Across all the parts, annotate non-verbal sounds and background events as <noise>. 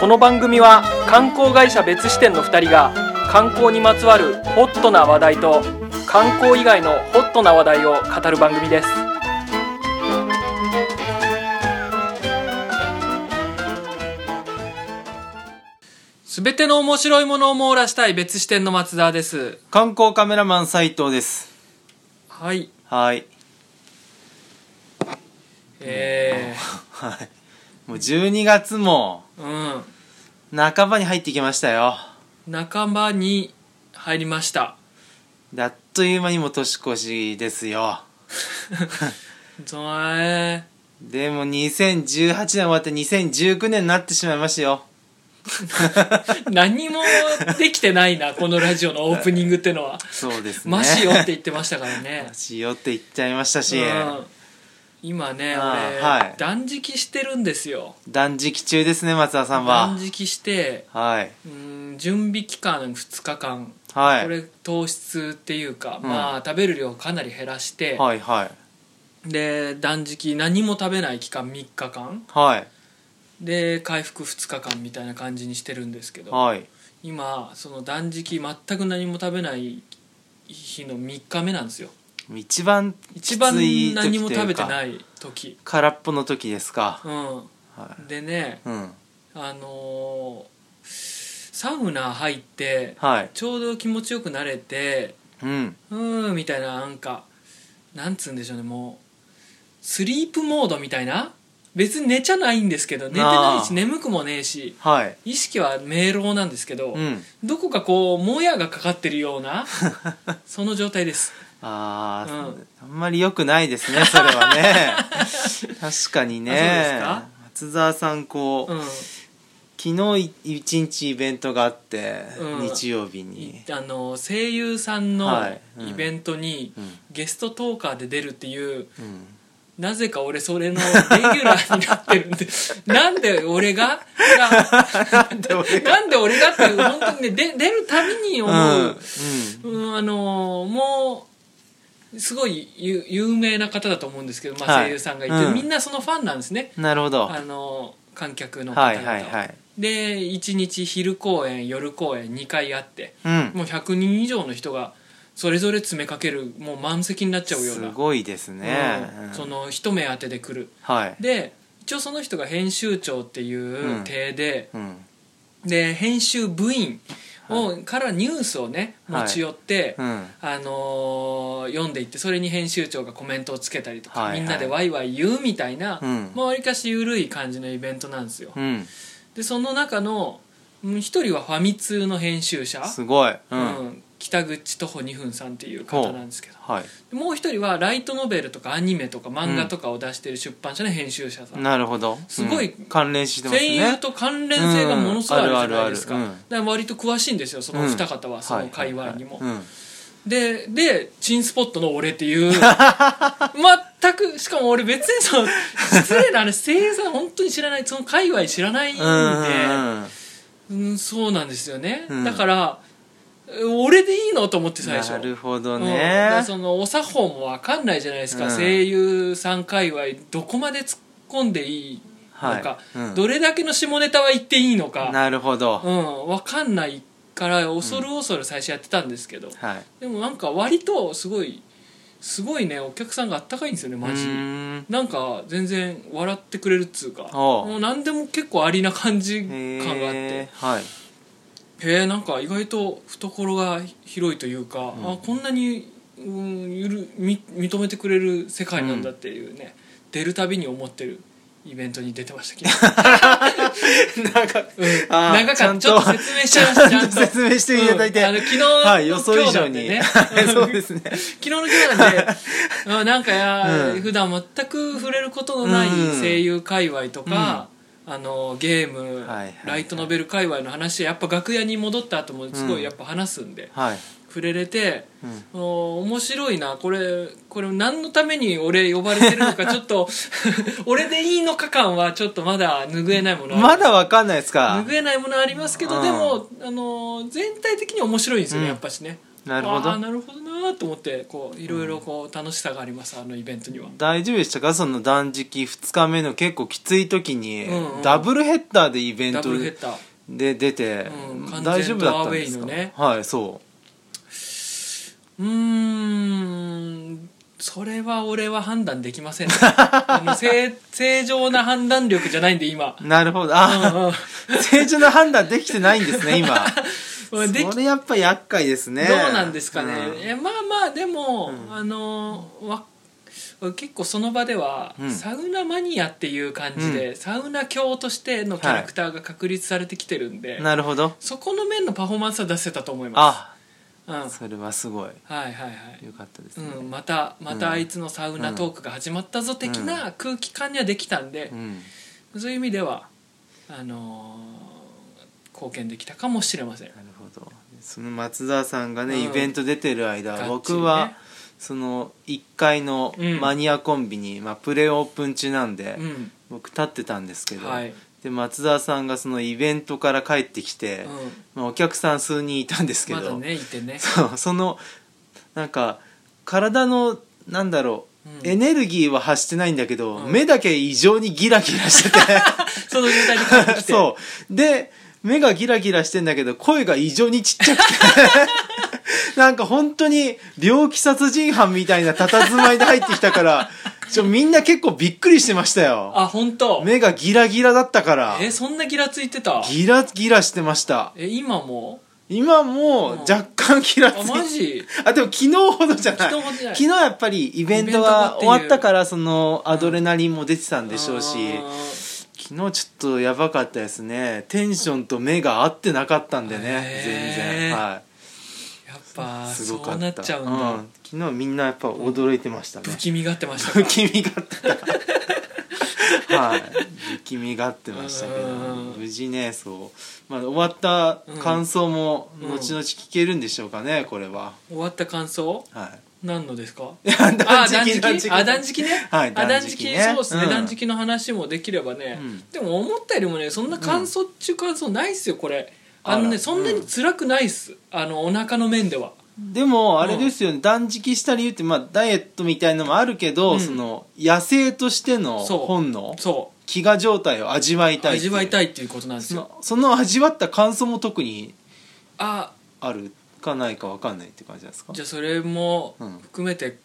この番組は観光会社別支店の2人が観光にまつわるホットな話題と観光以外のホットな話題を語る番組ですすべての面白いものを網羅したい別支店の松田です観光カメラマン斉藤ですはいはいえはいもう12月もー、半ばに入ってきましたようん仲間に入りましたであっという間にもう年越しですよぞえでも2018年終わって2019年になってしまいましたよ何もできてない <laughs> なこのラジオのオープニングってのはそうですねマシよって言言ってましたからねマシよって言っちゃいましたし、うん今ねあー俺、はい断食してるんですよ断食中ですね松田さんは断食してはいうん準備期間2日間、はいこれ糖質っていうか、うんまあ食べる量かなり減らして、はいはいで断食何も食べない期間3日間はいで回復2日間みたいな感じにしてるんですけど、はい今その断食全く何も食べない日の3日目なんですよ一番一番何も食べていなうかい時空っぽの時ですか、うんはでねい、うんあのーサウナ入ってはいちょうど気持ちよくなれてうんうーんみたいななんかなんつうんでしょうねもうスリープモードみたいな別に寝ちゃないんですけど寝てないあーし眠くもねえしはい意識は明朗なんですけど、うんどこかこうもやがかかってるよう <laughs> なその状態ですあー、うんあんまり良くないです <laughs> ねそれはね確かにあそうでねすか松沢さんこう、うん昨日い一日イベントがあって、うん日曜日いに、あの声優さんのはいうんイベントにうんゲストトーカーで出るっていううん、なぜか俺それのレギュラーになってるん <laughs> でなんで俺がな <laughs> なんで俺がっていう本当にねで出るたびに思うんうんう、うんあのーもうすごい有有名な方だと思うんですけど、まあ、はい声優さんがいて、うんみんなそのファンなんですねなるほどはあいのー観客の方々はいはいで1日昼公演夜公演2回あってうんもう100人以上の人がそれぞれ詰めかけるもう満席になっちゃうようすなごいですね、うんうんその一目当てで来るはい、で一応その人が編集長っていううん体で、うんで編集部員を、からニュースをね持ち寄って、うん、あのー読んでいってそれに編集長がコメントをつけたりとか、はいはいみんなでワイワイ言うみたいな、うんまあわりかし緩い感じのイベントなんですよ、うん、でその中のうん一人はファミ通の編集者、すごい、ううんん北口徒歩2分さんっていう方なんですけどはいもう一人はライトノベルとかアニメとか漫画とかを出してる出版社の編集者さん、なるほどすごいうん関連してます声優ねと関連性がものすごいあるじゃないですか、うんあるあるあるうんだから割と詳しいんですよそのお二方はその界隈にも、はいはいはいうんででチンスポットの俺って <laughs> いう全くしかも俺別にその失礼な話声優さん本当に知らないその界隈知らないんで、うんうんうん、そうなんですよね、うんだからえ俺でいいのと思って最初なるほどうんだかねらそのお作法も分かんないじゃないですか、うん声優さん界隈どこまで突っ込んでいいのか、はいうんどれだけの下ネタは言っていいのか、なるほど、うん、分かんないから恐る恐る最初やってたんですけど、はいでもなんか割とすごいすごいねお客さんがあったかいんですよねマジうでーんなんか全然笑ってくれるっつうかおうもう何でも結構ありな感じ感があってへーはいへえなんか意外と懐が広いというか、あこんなに、うん、ゆるみ認めてくれる世界なんだっていうね、出るたびに思ってるイベントに出てましたけ <laughs> ど、なんかうんあー長かったちちょゃっとんと説明しちゃいま <laughs> したちゃんと説明していただいて、うんあの昨日はい予想以上に、 <laughs> 今日だってはねいそうですね昨日の今日なんで、うん、なんかや、うん普段全く触れることのないうん声優界隈とか、あのゲーム、はいはいライトノベル界隈の話やっぱ楽屋に戻った後もすごいやっぱ話すんで、はい、触れれて、うんあの面白いなこれこれ何のために俺呼ばれてる <laughs> のかちょっと <laughs> 俺でいいのか感はちょっとまだ拭えないものありまだわかんないですか拭えないものありますけど、うんでもあの全体的に面白いんですよね、うんやっぱしねなるほあーどなるほどなーと思ってこういろいろこう楽しさがありますあのイベントには大丈夫でしたかその断食2日目の結構きつい時に、うんうんダブルヘッダーでイベンダトブルヘッダーで出て、うん完全大丈夫だったんですかドアウェイのねはいそうーんそれは俺は判断できません、 <laughs> ね、あの正正常な判断力じゃないんで今うなるほどあ、正常な判断できてないんで <laughs> すね今うんできそれやっぱ厄介ですねどうなんですかね、うんえまあまあでも、あのわ結構その場では、うんサウナマニアっていう感じで、サウナ教としてのキャラクターが確立されてきてるんで、なるほどそこの面のパフォーマンスは出せたと思います、あうん、はいそれはすごいはいはい、よかったですね、うん、またまたあいつのサウナトークが始まったぞ的な空気感にはできたんでう、んそういう意味ではあのー貢献できたかもしれませんなるほどその松沢さんがね、うんイベント出てる間、がっちりね僕はその1階のうんマニアコンビに、まあ、プレオープン中なんで、うん僕立ってたんですけど、はい、で松沢さんがそのイベントから帰ってきて、うん、まあ、お客さん数人いたんですけまだど、ねいてねそうそのなんか体のなんだろう、うんエネルギーは発してないんだけど、うん目だけ異常にギラギラしててその状態に帰ってきて <laughs> そうで目がギラギラしてんだけど声が異常にちっ <laughs> ちゃくてなんか本当に猟奇殺人犯みたいな佇まいで入ってきたからちょみんな結構びっくりしてましたよあ本当。目がギラギラだったからえそんなギラついてたギラギラしてましたえ今も今もうん若干ギラつあいてマジあでも昨日ほどじゃない昨日ほどじゃない昨日やっぱりイベントが終わったからそのアドレナリンも出てたんでしょうし、昨日ちょっとやばかったですねテンションと目が合ってなかったんでね全へー然はあーやっぱいすそごかうっなたっちゃうんだ、うん昨日みんなやっぱ驚いてましたね <laughs> 不気味がってましたか不気味がってたはい不気味がってましたけどうん無事ねそう、まあ、終わった感想もうん後々聞けるんでしょうかねこれは終わった感想はい何のですかいや断あ断食断食あ断食ね、はいあ断食断食ねそうですね、うん断食の話もできればね、うんでも思ったよりもねそんな感想っちゅう感想ないっすよこれあのあねらそんなに辛くないっす、あのお腹の面ではでもあれですよね、断食した理由って、まあ、ダイエットみたいのもあるけど、うんその野生としてのそう本能そ飢餓状態を味わいうたい味わいいたいっていうことなんですそよのその味わった感想も特にああるかないかわかんないって感じなんですかじゃあそれもうん含めて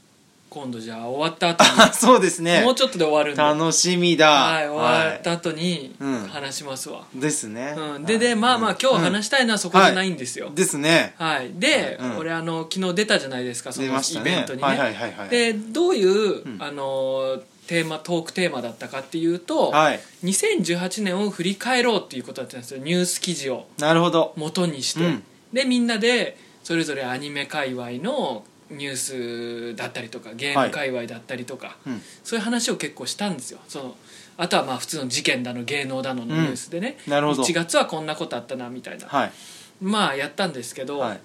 今度じゃあ終わった後あそうですに <laughs> ねもうちょっとで終わるんで楽しみだはい終わった後にうん話しますわ、いですね、うん、ででまあまあ今日話ししたいのはそこじゃないんですよ、ですねはい、で、うん俺あの昨日出たじゃないですかその出ましたイねベントにね。はいはいはいはいでどういう、うんあのテーマトークテーマだったかっていうと、はい2018年を振り返ろうっていうことだったんですよニュース記事をなるほど元にして、うんでみんなでそれぞれアニメ界隈のニュースだったりとかゲーム界隈だったりとか、うんそういう話を結構したんですよそのあとはまあ普通の事件だの芸能だののニュースでね、うんなるほど1月はこんなことあったなみたいな、はいまあやったんですけど、はい、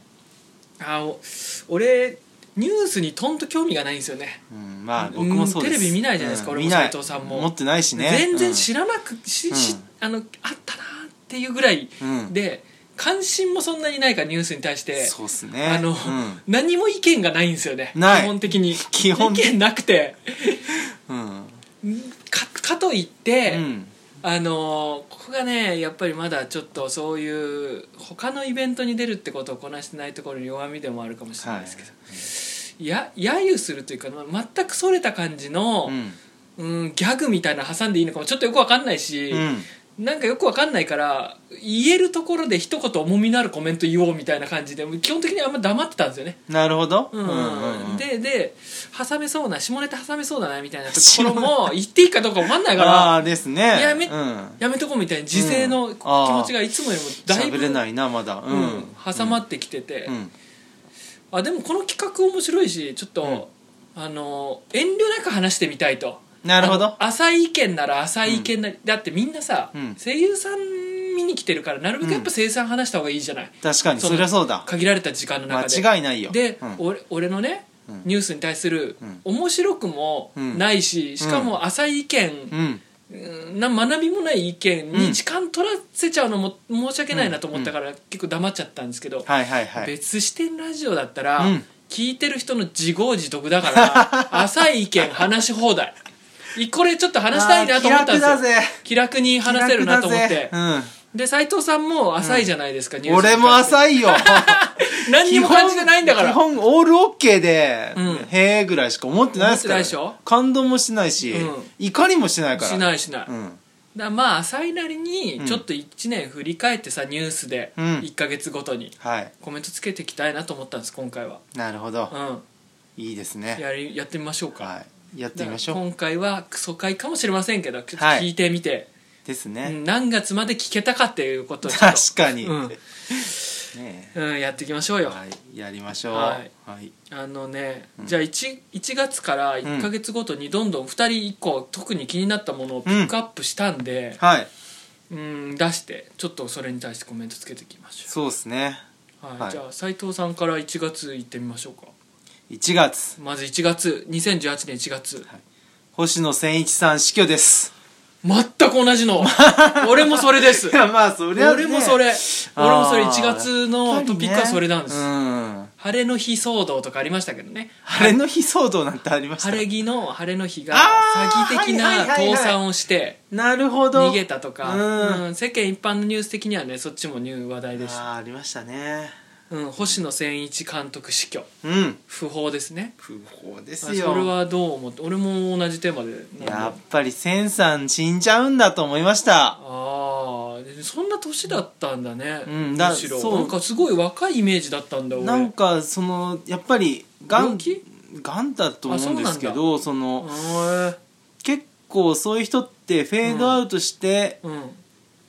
あお俺ニュースにとんと興味がないんですよねうん、まあ僕もそうですうんテレビ見ないじゃないですか俺も見な斉藤さんも持ってないしね全然し知らなく、しうんしあのあったなーっていうぐらいうんで関心もそんなにないからニュースに対して、そうっすねあの、うん何も意見がないんですよねない基本的に <laughs> 基本意見なくてうんかかといって、うんあのーここがねやっぱりまだちょっとそういう他のイベントに出るってことをこなしてないところに弱みでもあるかもしれないですけど、や揶揄するというかまあ全くそれた感じのう、んうん、ギャグみたいなの挟んでいいのかもちょっとよくわかんないし、うんなんかよくわかんないから言えるところで一言重みのあるコメント言おうみたいな感じで基本的にあんま黙ってたんですよね。なるほどうんうんでで挟めそうな下ネタ挟めそうだなみたいなとこ <laughs> ろも言っていいかどうかわかんないかあらあですねいやめうんやめとこうみたいな時勢のうん気持ちがいつもよりもだいぶ、喋れないなまだううんん、挟まってきてて、うんあでもこの企画面白いしちょっと、あの遠慮なく話してみたいとなるほあのど浅い意見なら浅い意見なり、だってみんなさ、うん声優さん見に来てるからなるべくやっぱ声優さん話した方がいいじゃない、確かにそそのりゃそうだ限られた時間の中で間違いないよで、うん俺俺のねうんニュースに対するうん面白くもないし、しかも浅い意見うんうんな学びもない意見に時間取らせちゃうのも申し訳ないなと思ったから、結構黙っちゃったんですけど、はいはいはい別視点ラジオだったら、うん聞いてる人の自業自得だから <laughs> 浅い意見話し放題いこれちょっと話したいなと思ったんですあー気楽よだぜ気楽に話せるなと思っ気て楽、だぜで斎藤さんも浅いじゃないですか、ニうんュースに俺も浅いよ <laughs> 何にも感じてないんだから基本オールオッケーで、うんへえぐらいしか思ってないですから、思ってないでしょ感動もしてないし、うん怒りもしてないからしないしない、うだかんらまあ浅いなりにうんちょっと1年振り返ってさニュースでうん1か月ごとにはいコメントつけていきたいなと思ったんです今回は、なるほどういいですん、ねやりやってみましょうか、はいやってみましだかょら今回はクソ回かもしれませんけどちょっとはい聞いてみて、うですうねん何月まで聞けたかっていうことをちょっと確かに、うんねえうん、やっていきましょうよ、はいやりましょうははいい、あのね、じゃあ 1, 1月から1か月ごとにどんどん2人以降特に気になったものをピックアップしたんで、はい、うん出してちょっとそれに対してコメントつけていきましょそうですねう、はいはいじゃあ斉藤さんから1月行ってみましょうか1月まず1月2018年1月星野千一さん死去です <laughs> 全く同じ <laughs> の俺もそれですいやまあそれ <laughs> はね俺もそれ俺もそれあー1月やっぱのりねトピックはそれなんです、うん晴れの日騒動とかありましたけどね晴れの日騒動なんてありました晴れ着の晴れの日があー詐欺的はいなはいはいはい倒産をしてなるほど逃げたとか、うんうん世間一般のニュース的にはねそっちもニュー話題でした、あーありましたねうん、星野千一監督死去うん不法ですね不法でそすれよはどう思って俺も同じテーマでなんだやっぱり千さん死んじゃうんだと思いましたああそんな年だったんだね、うんだむしろそうなんかすごい若いイメージだったんだ俺なんかそのやっぱりがん病気がんだと思うんですけあそどそのあ結構そういう人ってフェードアウトして、ーうん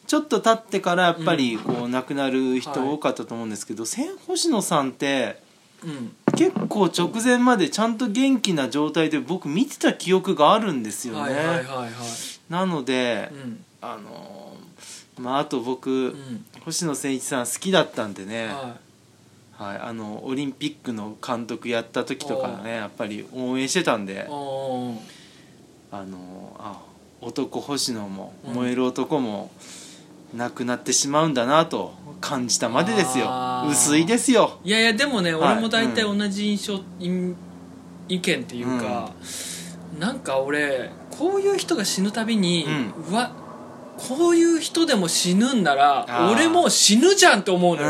ちょっと経ってからやっぱりこう亡くなる人多かったと思うんですけど、千星野さんってうん結構直前までちゃんと元気な状態で僕見てた記憶があるんですよね、はいはいはいはいなので、うんあのーまああと僕、うん星野千一さん好きだったんでね、はいはあのオリンピックの監督やった時とかもねやっぱり応援してたんいでおーあのあ男星野も燃える男も亡くなってしまうんだなと感じたまでですよあー薄いですよいやいやでもね、はい俺も大体同じ印象、い意見っていうか、なんか俺こういう人が死ぬたびに、うわこういう人でも死ぬんならあー俺もう死ぬじゃんって思ううのよ、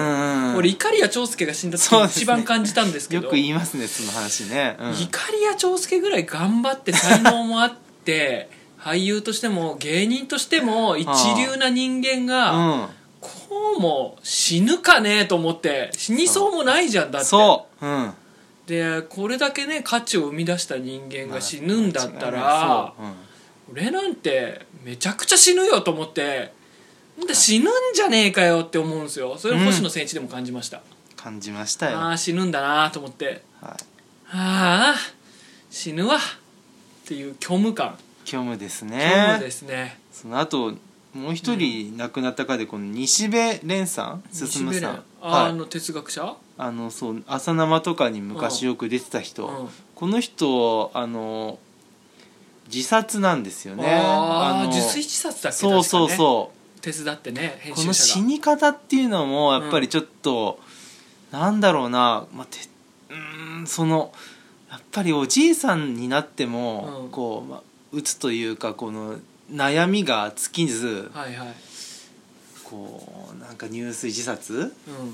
ん俺碇谷長介が死んだ時そうですね一番感じたんですけよどく言いますねその話ね、うんイカリア長介ぐらい頑張って才能もあって <laughs> 俳優としても芸人としても一流な人間がうんこうも死ぬかねと思って死にそうもないじゃんだってそう、うん、でこれだけね価値を生み出した人間が死ぬんだったら、そううん俺なんてめちゃくちゃ死ぬよと思ってなんで死ぬんじゃねえかよって思うんですよそれを星野千一でも感じました、感じましたよ、あはあ死ぬんだなと思ってい、ああ死ぬわっていう虚無感虚無です虚無ねですね、その後もう一人亡くなったかでこの西部蓮さん西進部さ連んあ,、はい、の哲学者あのそう朝生とかに昔よく出てた人、うんこの人あの自殺なんですよねああの自炊自殺だっけそうそううそ手伝ってねう、編この集死者がに方っていうのもやっぱりちょっと、なんだろうな、まあ、てうーんそのやっぱりおじいさんになっても、うんこう、まあ、うつというかこの悩みが尽きずはいはいこうなんか入水自殺うん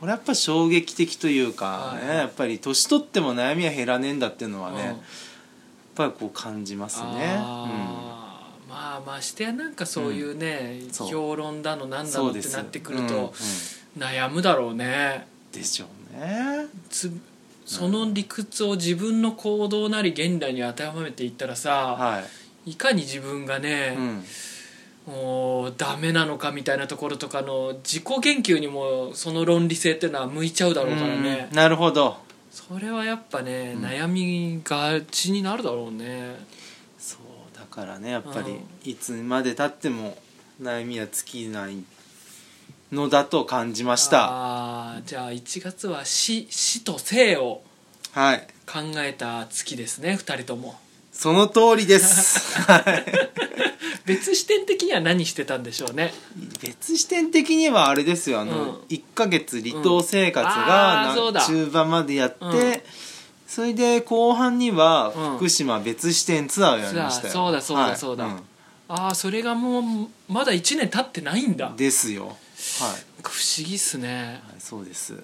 これやっぱ衝撃的というか、ねはいやっぱり年取っても悩みは減らねえんだっていうのはね、うんやっぱりこう感じますね。うんあーまあまあしてやなんかそういうね、そう評論だのなんだそのっうでてすなってくるうんうんと悩むだろうねでしょうね。つその理屈を自分の行動なり現代に当てはめていったらさはいかに自分がい、ねう、んもうダメなのかみたいなところとかの自己言及にもその論理性っていうのは向いちゃうだろうからね、うんなるほどそれはやっぱね、悩みがちになるだろうねそうだからねやっぱうりんいつまでたっても悩みは尽きないのだと感じましたあーじゃあ1月は死死と生をはい考えた月ですね2人とも <laughs> その通りですはい別視点的には何してたんでしょうね別視点的にはあれですよあうんの、一1ヶ月離島生活うんあーが、なそうだ中盤までやって、うんそれで後半にはうん福島別視点ツアーをやりましたよツアーそうだそうだはいそうだんああそれがもうまだ1年経ってないんだですよはい、不思議っすねはいそうですう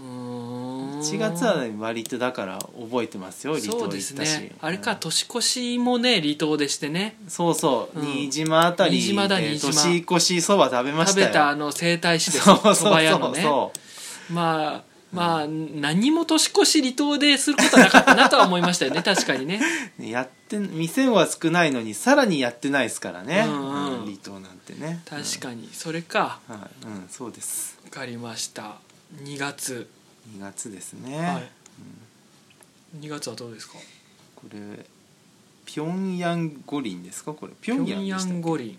ーん1月はね割とだから覚えてますよ離島そ行うっでたすし、ねあれうかん年越しもね離島でしてねそうそう、うん新島あたり新島だで新島年越しそば食べまし食たよべたあの整体師ですそうそう蕎そう麦屋のねそうまあまあ何も年越し離島ですることはなかったなとは思いましたよ <laughs> ね確かにねやって店は少ないのにさらにやってないですからね、うんうん離島なんてね確かにそれかに、うんはいうん、そうです分かりました2月2月ですね、はい2月はどうですかこれピョンヤン五輪ですかこれピ平ョンヤンでした壌五輪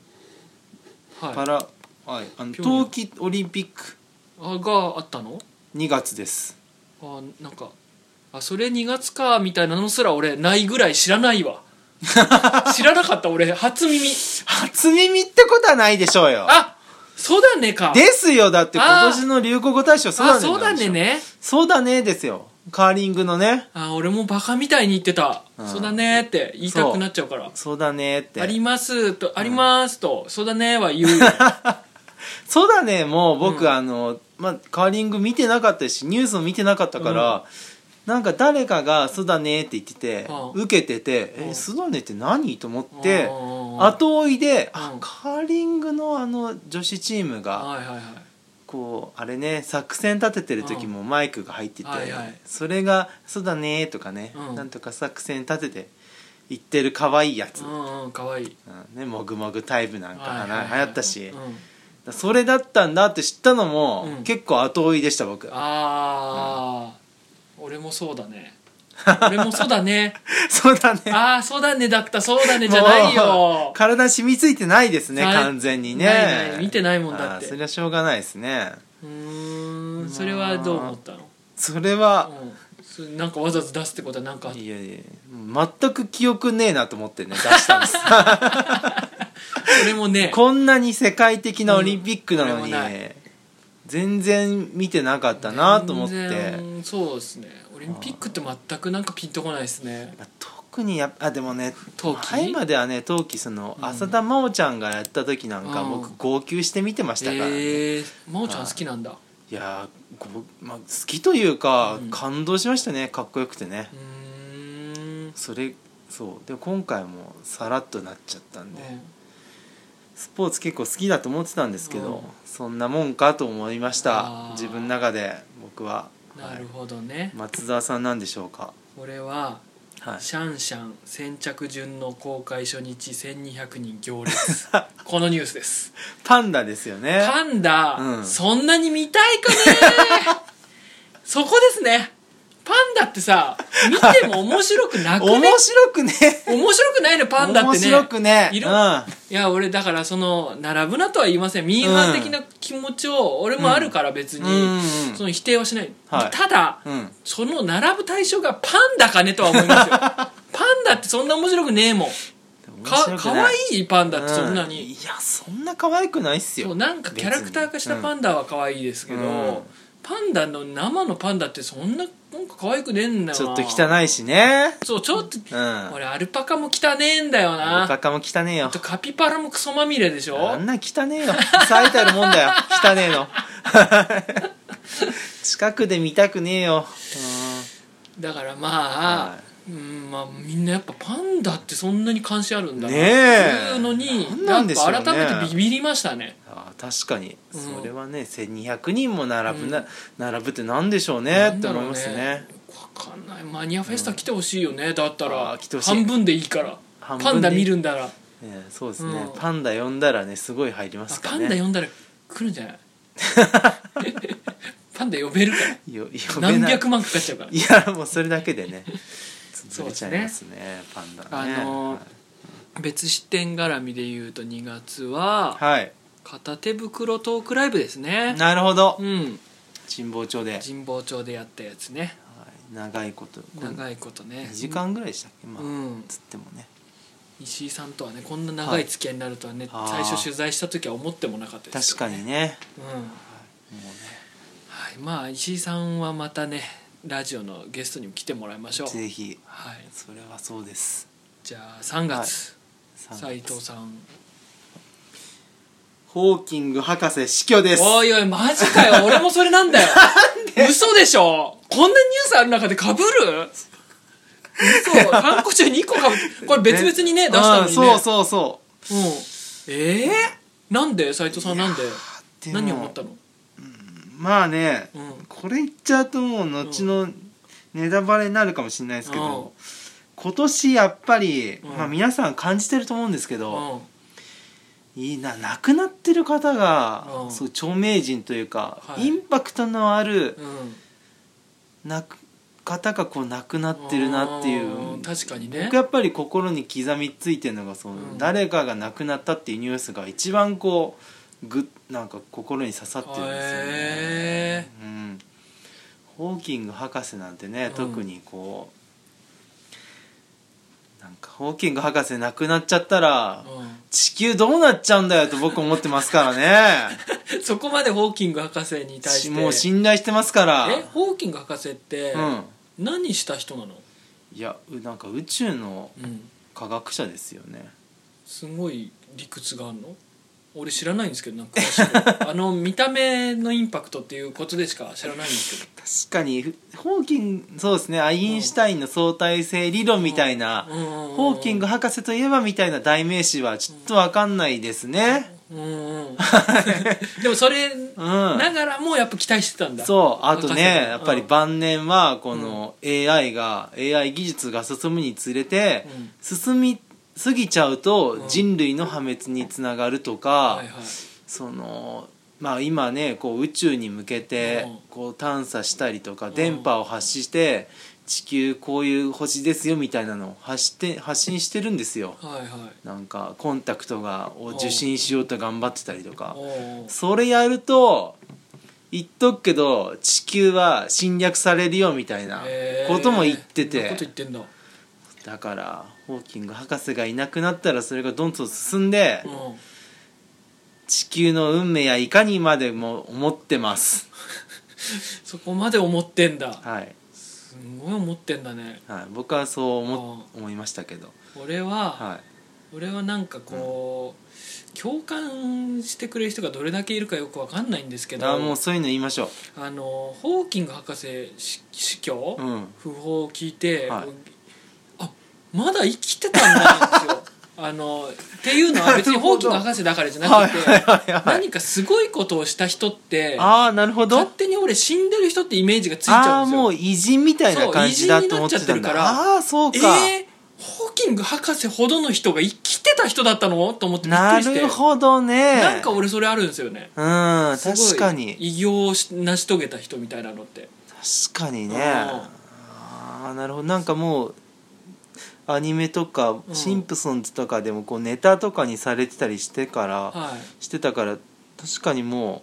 はいパラ、はい、あのピョンヤン冬季オリンピックあがあったの2月ですあなんかあそれ2月かみたいなのすら俺ないぐらい知らない <laughs> わ知らなかった俺初耳初耳ってことはないでしょうよあそうだねかですよだってあー今年の流行語大賞そうだあねそうだねねそうだねですよカーリングのねあ俺もバカみたいに言ってた、うんそうだねって言いたくなっちゃうからそうだねってありますと、ありますとそうだねは <laughs> 言うそうだねもう僕、うんあの、まあ、カーリング見てなかったしニュースも見てなかったから、なんか誰かが「そうだね」って言ってて、うん受けてて「うえんそうだね」って何と思ってうん後追いで、あうんカーリングのあの女子チームがはいはいはいこうあれね作戦立ててる時もマイクが入ってて、はいはいそれが「そうだね」とかね、うんなんとか作戦立てて言ってる可愛いやつ、うんうんかわいいうんね、もぐもぐタイプなんかはな、はいはいはい流行ったし。うんだそれだったんだって知ったのも、うん結構後追いでした僕あー、俺もそうだね俺もそうだね <laughs> そうだねああそうだねだったそうだねじゃないもよう体染みついてないですねはい完全にねないない見てないもんだってあーそれはしょうがないですねうーんそれはどう思ったの、それは、うんそれ、なんかわざわざ出すってことはなんかいやいや全く記憶ねえなと思ってね出した <laughs> んです俺もねこんなに世界的なオリンピックなのうんに、これもな全然見てなかったなと思って、全然そうですねオリンピックって全くなんかピンとこないですねまあ特にやっあでもね冬季前まではね冬季そのうん浅田真央ちゃんがやった時なんか、うん僕号泣して見てましたからね、ええー、真央ちゃん好きなんだいやーご、まあ、好きというか、うん感動しましたねかっこよくてねう、ーんそれそうでも今回もさらっとなっちゃったんで、ねスポーツ結構好きだと思ってたんですけど、うんそんなもんかと思いましたあー自分の中で僕は、なはるい、ほどね、松沢さんなんでしょうか俺ははいシャンシャン先着順の公開初日1200人行 <laughs> 列このニュースですパンダですよねパンダ、うんそんなに見たいか <laughs> ねそこですねパンダってさ見ても面白くなくね <laughs> 面白くね面白くないのパンダってね面白くねいろうんいや俺だからその並ぶなとは言いませんミーハー的な気持ちを俺もあるから別に、うんうんうんその否定はしない、はいただ、うんその並ぶ対象がパンダかねとは思い <laughs> ますよパンダってそんな面白くねえもんか面白くかなわいいパンダってそんなういに、やそんな可愛くないっすよそうなんかキャラクター化したパンンダは可愛いですけど、うんパンダの生のパンダってそんななんか可愛くねえんだよちょなっと汚いしねそうちょっと、うん俺アルパカも汚ねえんだよなおカも汚ねえよあとカピバラもクソまみれでしょあんな汚ねえよ最たるもんだよ汚ねえの <laughs> 近くで見たくねえよだからまあ、はうんまあみんなやっぱパンダってそんなに関心あるんだなねえっていうのになんなんでしょうねやっぱ改めてビビりましたねあー確かにうんそれはね1200人も並ぶな、う並ぶってなんでしょうねなんってだろ思ういますねわかんないマニアフェスタ来てほしいよね、だったあらー来てほしい半分でいいから半分でパンダ見るんだら、ねそうですね、うんパンダ呼んだらねすごい入りまあすかパらンねダ呼んだら来るんじ <laughs> ゃないパンダ呼べるからよ呼べ何ない百万かかっちゃうからいやもうそれだけでねそう潰でれすちねゃいますねパンダねあのー別視点絡みで言うと2月ははい、片手袋トークライブですねなるほどうん神保町で、はい神保町でやったやつね長いことこれ長いことね2時間ぐらいでしたっけまあ、うんつってもね石井さんとはねこんな長い付き合いになるとはね、はいあ最ー初取材した時は思ってもなかったです確かにねに、うんもうねはい、まあ石井さんはまたねラジオのゲストにも来てもらいましょう、ぜひはい、それはそうですじゃあ3月さん斎、藤さんホーキング博士死去ですおいおいマジかよ俺もそれなん <laughs> だよ嘘でしょこんなニュースある中でかぶる嘘3個中2個かぶってこれ別々に <laughs> ね出したのにねあーそうそううそん、えー、なんで斎藤さんなんでうでも何を思ったのまあねうんこれ言っちゃうともう後のネタバレになるかもしれないですけど、今年やっぱり、うんまあ、皆さん感じてると思うんですけうど、んいいな亡くなってる方が、うんそう著名人というか、はいインパクトのあるうん亡く方がこう亡くなってるなっていうあー確かにね僕やっぱり心に刻みついてるのがその、うん誰かが亡くなったっていうニュースが一番こうぐなんか心に刺さってるんですよね。へうん、ホーキング博士なんてね、うん特にこうなんかホーキング博士亡くなっちゃったら、ーうん地球どうなっちゃうんだよと僕思ってますか <laughs> らねそこまでホーキング博士に対してもう信頼してますからえホーキング博士ってうん、何した人なの、いやうなんか宇宙のうん、科学者ですよねすごい理屈があるの俺知らないんですけどなんか詳し <laughs> くあの見た目のインパクトっていうことでしか知らないんですけ確かにふホーキングそうですねアインシュタインの相対性理論みたいな、ど、うんうんうんホーキング博士といえばみたいな代名詞はちょっとわかんないですねうんうんでもそれうんながらもやっぱ期待してたんだそうあとね博士やっぱりうん晩年はこの AI が、AI 技術が進むにつれて、うん進み過ぎちゃうとうん人類の破滅につながるとか、はいはいそのまあ今ねこう宇宙に向けてうんこう探査したりとかん電波を発して地球こういう星ですよみたいなのを発して発信してるんですよ。はいはいなんかコンタクトがを受信しようと頑張ってたりとか。おーそれやると言っとくけど地球は侵略されるよみたいなへーことも言ってそんなこてと言ってんだ、だからホーキング博士がいなくなったらそれがどんどん進んでうん地球の運命やいかにまでも思ってますそこまで思ってんだはい、すごい思ってんだねはい、僕はそう思思いましたけど俺は、は俺はなんかこう、共感してくれる人がどれだけいるかよくわかんないんですけいどあもうそういうの言いましょあのホーキング博士し死去、ううん訃報を聞いて、はいあまだ生きてたんだんですよ <laughs> あのっていうのは別になるホほどーキング博士だからじゃはないくて、はいはいはい何かすごいことをした人ってああなるほど勝手に俺死んでる人ってイメージがついちあゃあうんですもよう偉人みたいな感じだと思ってたんだそう偉人になっちゃってるからああーそうか、えー、ホーキング博士ほどの人が生きてた人だったのと思ってびっくなりしてるほどねなんか俺それあるんですよねうんすごい確かに偉業をし成し遂げた人みたいなのって確かにねうんああなるほどなんかもうアニメとかうんシンプソンズとかでもこうネタとかにされてたりしてからはいしてたから確かにも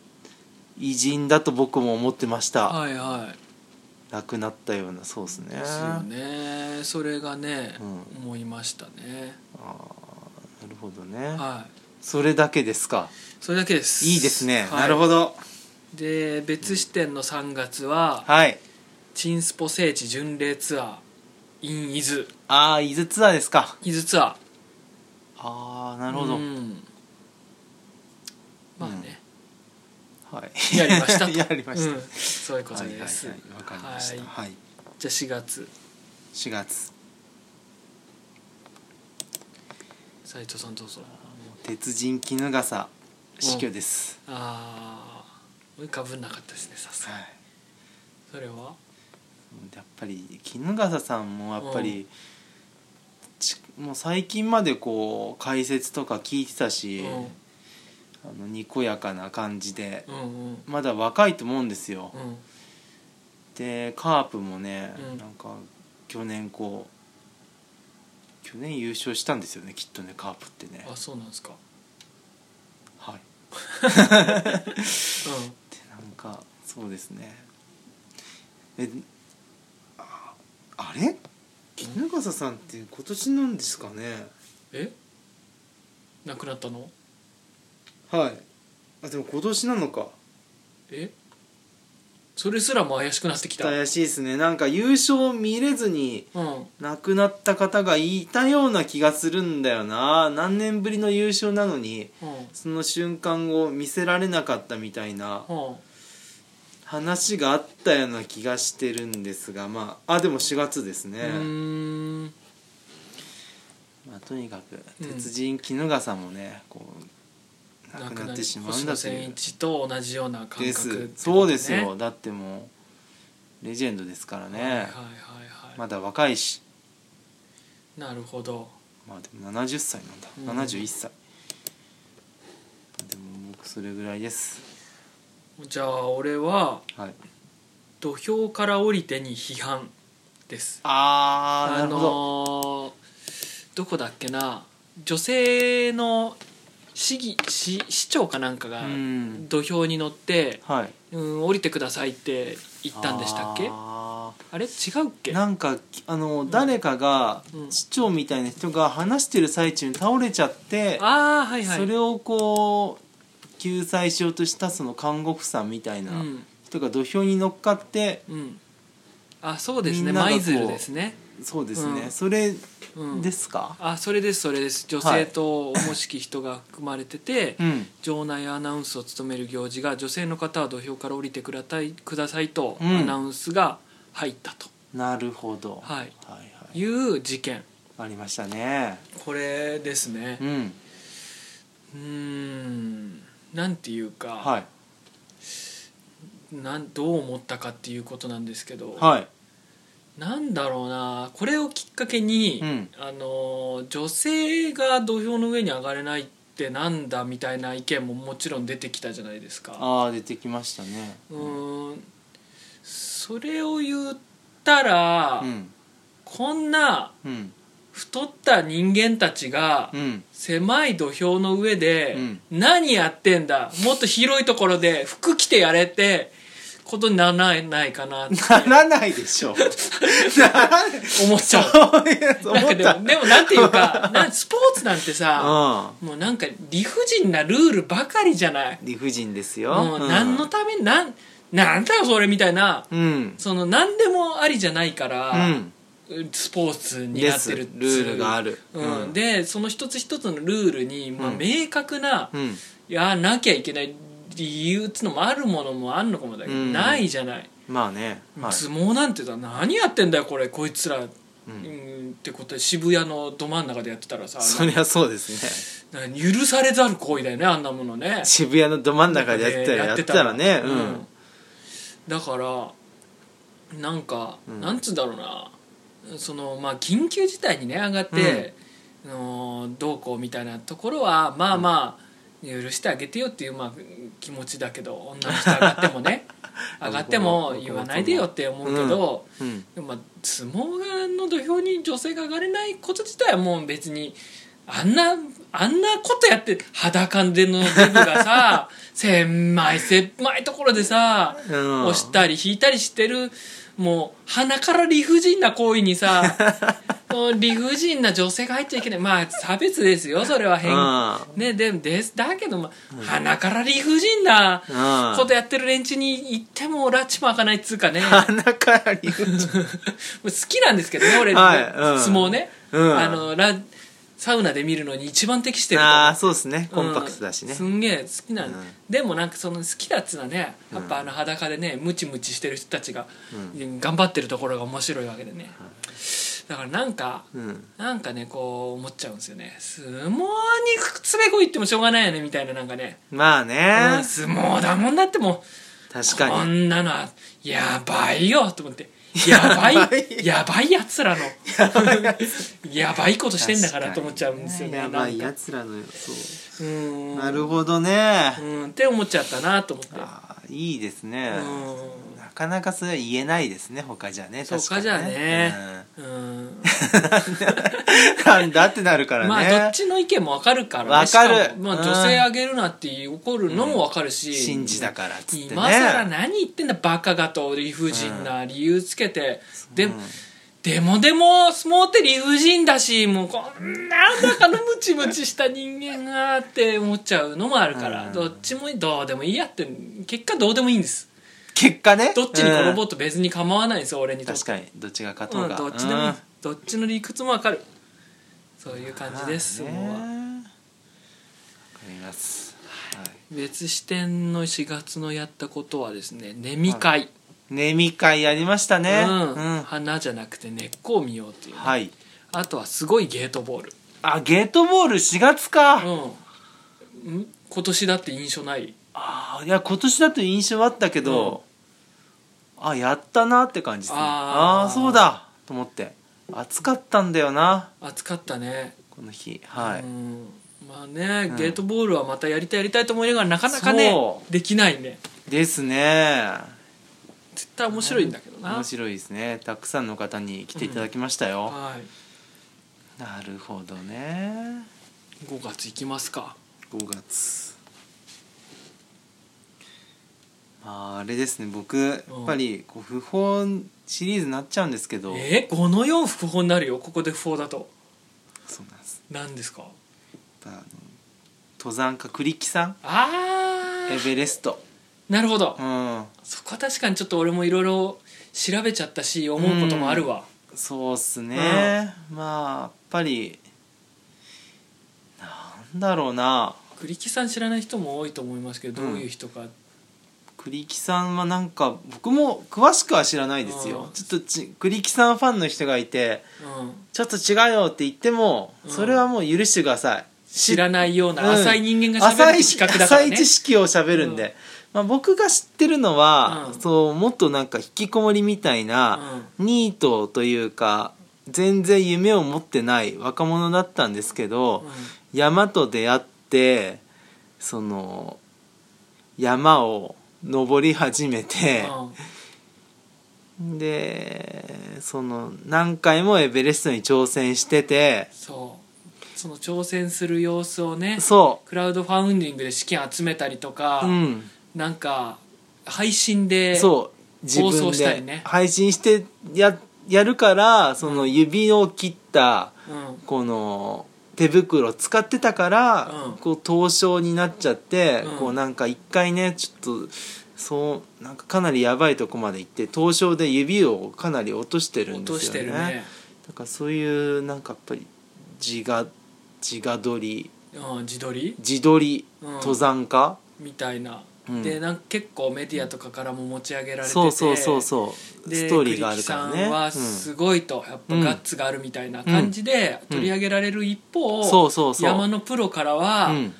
う偉人だと僕も思ってましたはいはい亡くなったようなそうですねですよねそれがね、う思いましたねあーなるほどねはいそれだけですかそれだけですいいですねはいなるほどで別視点の3月は、はいチンスポ聖地巡礼ツアー in 伊豆ああ伊豆ツアーですか伊豆ツアーああなるほどうんまあね、はいやりましたと <laughs> やりましたうんそういうことですはいはいはい、わかりましはた。いはい、じゃあ4月四月、斉藤さんどうぞ鉄人衣笠死去です。ああかぶんなかったですねさすがはにい。それはやっぱり衣笠さんもやっぱり、ちもう最近までこう解説とか聞いてたし、あのにこやかな感じでう、んうんまだ若いと思うんですよ。うんでカープもね、うんなんか去年こう。去年優勝したんですよねきっとねカープってねあそうなんですかはいうんなんかそうですねえああれ衣笠さんって今年なんですかねえ亡くなったのはいあでも今年なのかえそれすらも怪しくなってきたうん怪しいですねなんか優勝見れずに亡くなった方がいたような気がするんだよな何年ぶりの優勝なのにうんその瞬間を見せられなかったみたいなうん話があったような気がしてるんですがまああでも4月ですうね、ーんまあ、とにかくうん鉄人衣笠もねこう亡亡くくななっっててししままううんんだだとという一と同じような感覚でってすことそうですねよだってもうレジェンドですからね、はいはいはいはい、まだ若いしなるほどまあでも70歳なんだ、うん71歳でも僕それぐらいですじゃあ俺ははい土俵から降りてに批判ですあーなるほど、のーどこだっけな女性の市議市市長かなんかがうん土俵に乗って、はいうん、降りてくださいって言ったんでしたっけああーれ違うっけなんかあの誰かが、うん市長みたいな人が話してる最中に倒れちゃって、ああはいはいそれをこう救済しようとしたその看護婦さんみたいうなん人が土俵に乗っかってうんあそうですみねんながこう舞鶴ですね、そうですね、うんそれうん、ですか、あそれですそれです女性とおもしき人が含まれてて、うん場内アナウンスを務める行事が女性の方は土俵から降りてくださいくださいとうんアナウンスが入ったとなるほど、はいはいはいいう事件ありましたねこれですねうんうーんなんていうか、はいなんどう思ったかっていうことなんですけど、はいなんだろうなこれをきっかけに、うんあの女性が土俵の上に上がれないってなんだみたいな意見ももちろん出てきたじゃないですか。ああ出てきましたねうーんそれを言ったら、うんこんなうん太った人間たちがうん狭い土俵の上でうん何やってんだもっと広いところで服着てやれってことにならないないかなってならないでしょならない思っちゃう。そういうやつ思なんかっでたもでもなんていう <laughs> かなスポーツなんてさうもうなんか理不尽なルールばかりじゃないん理不尽ですよもう何のうんためになんなんだよそれみたいなうん、その何でもありじゃないから、うん、スポーツにでなっすてるっルていうールがあるうんでその一つ一つのルールに、まあ、うん明確な、うんいやなきゃいけない理由っつのもあるものもあんのかもだけど、うんないじゃない、まあね、はい、相撲なんてさ何やってんだよこれこいつら、ううんん、ってことで渋谷のど真ん中でやってたらさそりゃそうですねなな許されざる行為だよねあんなものね渋谷のど真ん中でやってたらやってたらねうん、だからなんか、うんなんつうんだろうなそのまあ緊急事態にね上がって、あのどうこうみたいなところはまあまあ、許してあげてよっていう、まあ、気持ちだけど女の人上がっても <laughs> ね上がっても言わないでよって思うけど、うんでもまあ、相撲の土俵に女性が上がれないこと自体はもう別にあんなあんなことやって裸でのデブが <laughs> さ狭い狭いところでさ、うん押したり引いたりしてるもう鼻から理不尽な行為にさ <laughs> もう理不尽な女性が入っちゃいけないまあ差別ですよそれは変うねでもですだけど、まあ、鼻から理不尽なうんことやってる連中に行っても拉致も開かないっつうか <laughs> ね鼻から理不尽好きなんですけどね俺、はいうん相撲ね、うんあのラサウナで見るのに一番適してると思うああそうですねコンパクトだしうねん、すんげえ好きな、うんでもなんかその好きだっつうのはねやっぱあの裸でねムチムチしてる人たちが、頑張ってるところが面白いわけでね、だからなんか、うんなんかねこう思っちゃうんですよね相撲に詰めこいってもしょうがないよねみたいななんかね、まあうねん相撲だもんだってもう確こかにんなのはやばいよと思 <laughs> ってやばいやばいやばいやつらのやばいことしてんだから確かにと思っちゃうんですよねやばなんいやかつらのよそううんなるほどねうんって思っちゃったなと思ってあーいいですねうんなかなかそれは言えないですね他じゃねそう確かかにじゃあねうんうんなん <laughs> だってなるからね、まあどっちの意見もわかるからねわかるしもまあうん女性あげるなって怒るのもわかるし信じだからっつってね今更何言ってんだバカがと理不尽な理由つけてでうんでもでも相撲って理不尽だしもうこんな中のムチムチした人間がって思っちゃうのもあるから、うんどっちもどうでもいいやって結果どうでもいいんです結果ねどっちに転ぼううと別に構わないんですよ俺にんとっ確てかにどっちが勝とう、うんが、どっちでもいい、うんどっちの理屈もわかるそういう感じです、まあねもうはわかります、はい別視点の4月のやったことはですね寝み会、ネミ会やりましたねうんうん花じゃなくて根っこを見ようっていう、はいあとはすごいゲートボール、あゲートボール4月か、うん、ん今年だって印象ないあーいや今年だと印象はあったけど、あやったなって感じですねあーああーそうだと思って暑かったんだよな暑かったねこの日はい、うんまあね、うんゲートボールはまたやりたいやりたいと思いながらなかなかねそできないねですね絶対面白いんだけどな、面白いですねたくさんの方に来ていただきましたよ、はい、なるほどね5月行きますか5月まああれですね僕やっぱりこう不法シリーズになっちゃうんですけどえー、5の4不法になるよここで不法だとそうなんです何ですかやっぱあの登山家栗木さんあエあベレストなるほど、うんそこは確かにちょっと俺もいろいろ調べちゃったし思うこともあるわ、そうっすね、まあやっぱりなんだろうな栗木さん知らない人も多いと思いますけどどういう人か、栗木さんはなんか僕も詳しくは知らないですようんちょっとち栗木さんファンの人がいてうんちょっと違うよって言ってもうんそれはもう許してください、知らないよううんな浅い人間が喋浅るい企画だから浅いね知識を喋るんで、まあ、僕が知ってるのは、うんそうもっとなんか引きこもりみたいな、ニートというか全然夢を持ってない若者だったんですけうどんうん山と出会ってその山を登り始めてうんでその何回もエベレストに挑戦しててそうその挑戦する様子をねそクラウドファウンディングで資金集めたりとか、う、うん、なんか配信でそう自放分送したりでね配信してややるからその指を切ったう、ん、この手袋使ってたから、うんこう凍傷になっちゃって、うんこうなんか一回ねちょっとそうなんかかなりやばいとこまで行って凍傷で指をかなり落としてるん落でとすしよてねるねだからそういうなんかやっぱり自我自我撮りうん、自撮り自撮り、うん登山家、みたいな、うんでなんか結構メディアとかからも持ち上げられててそうそうそうそうでストーリーがあるから栗木さんはね、すごいと、やっぱガッツがあるみたいな感じでうん取り上げられる一方、うんそうそうそう山のプロからうは、ん、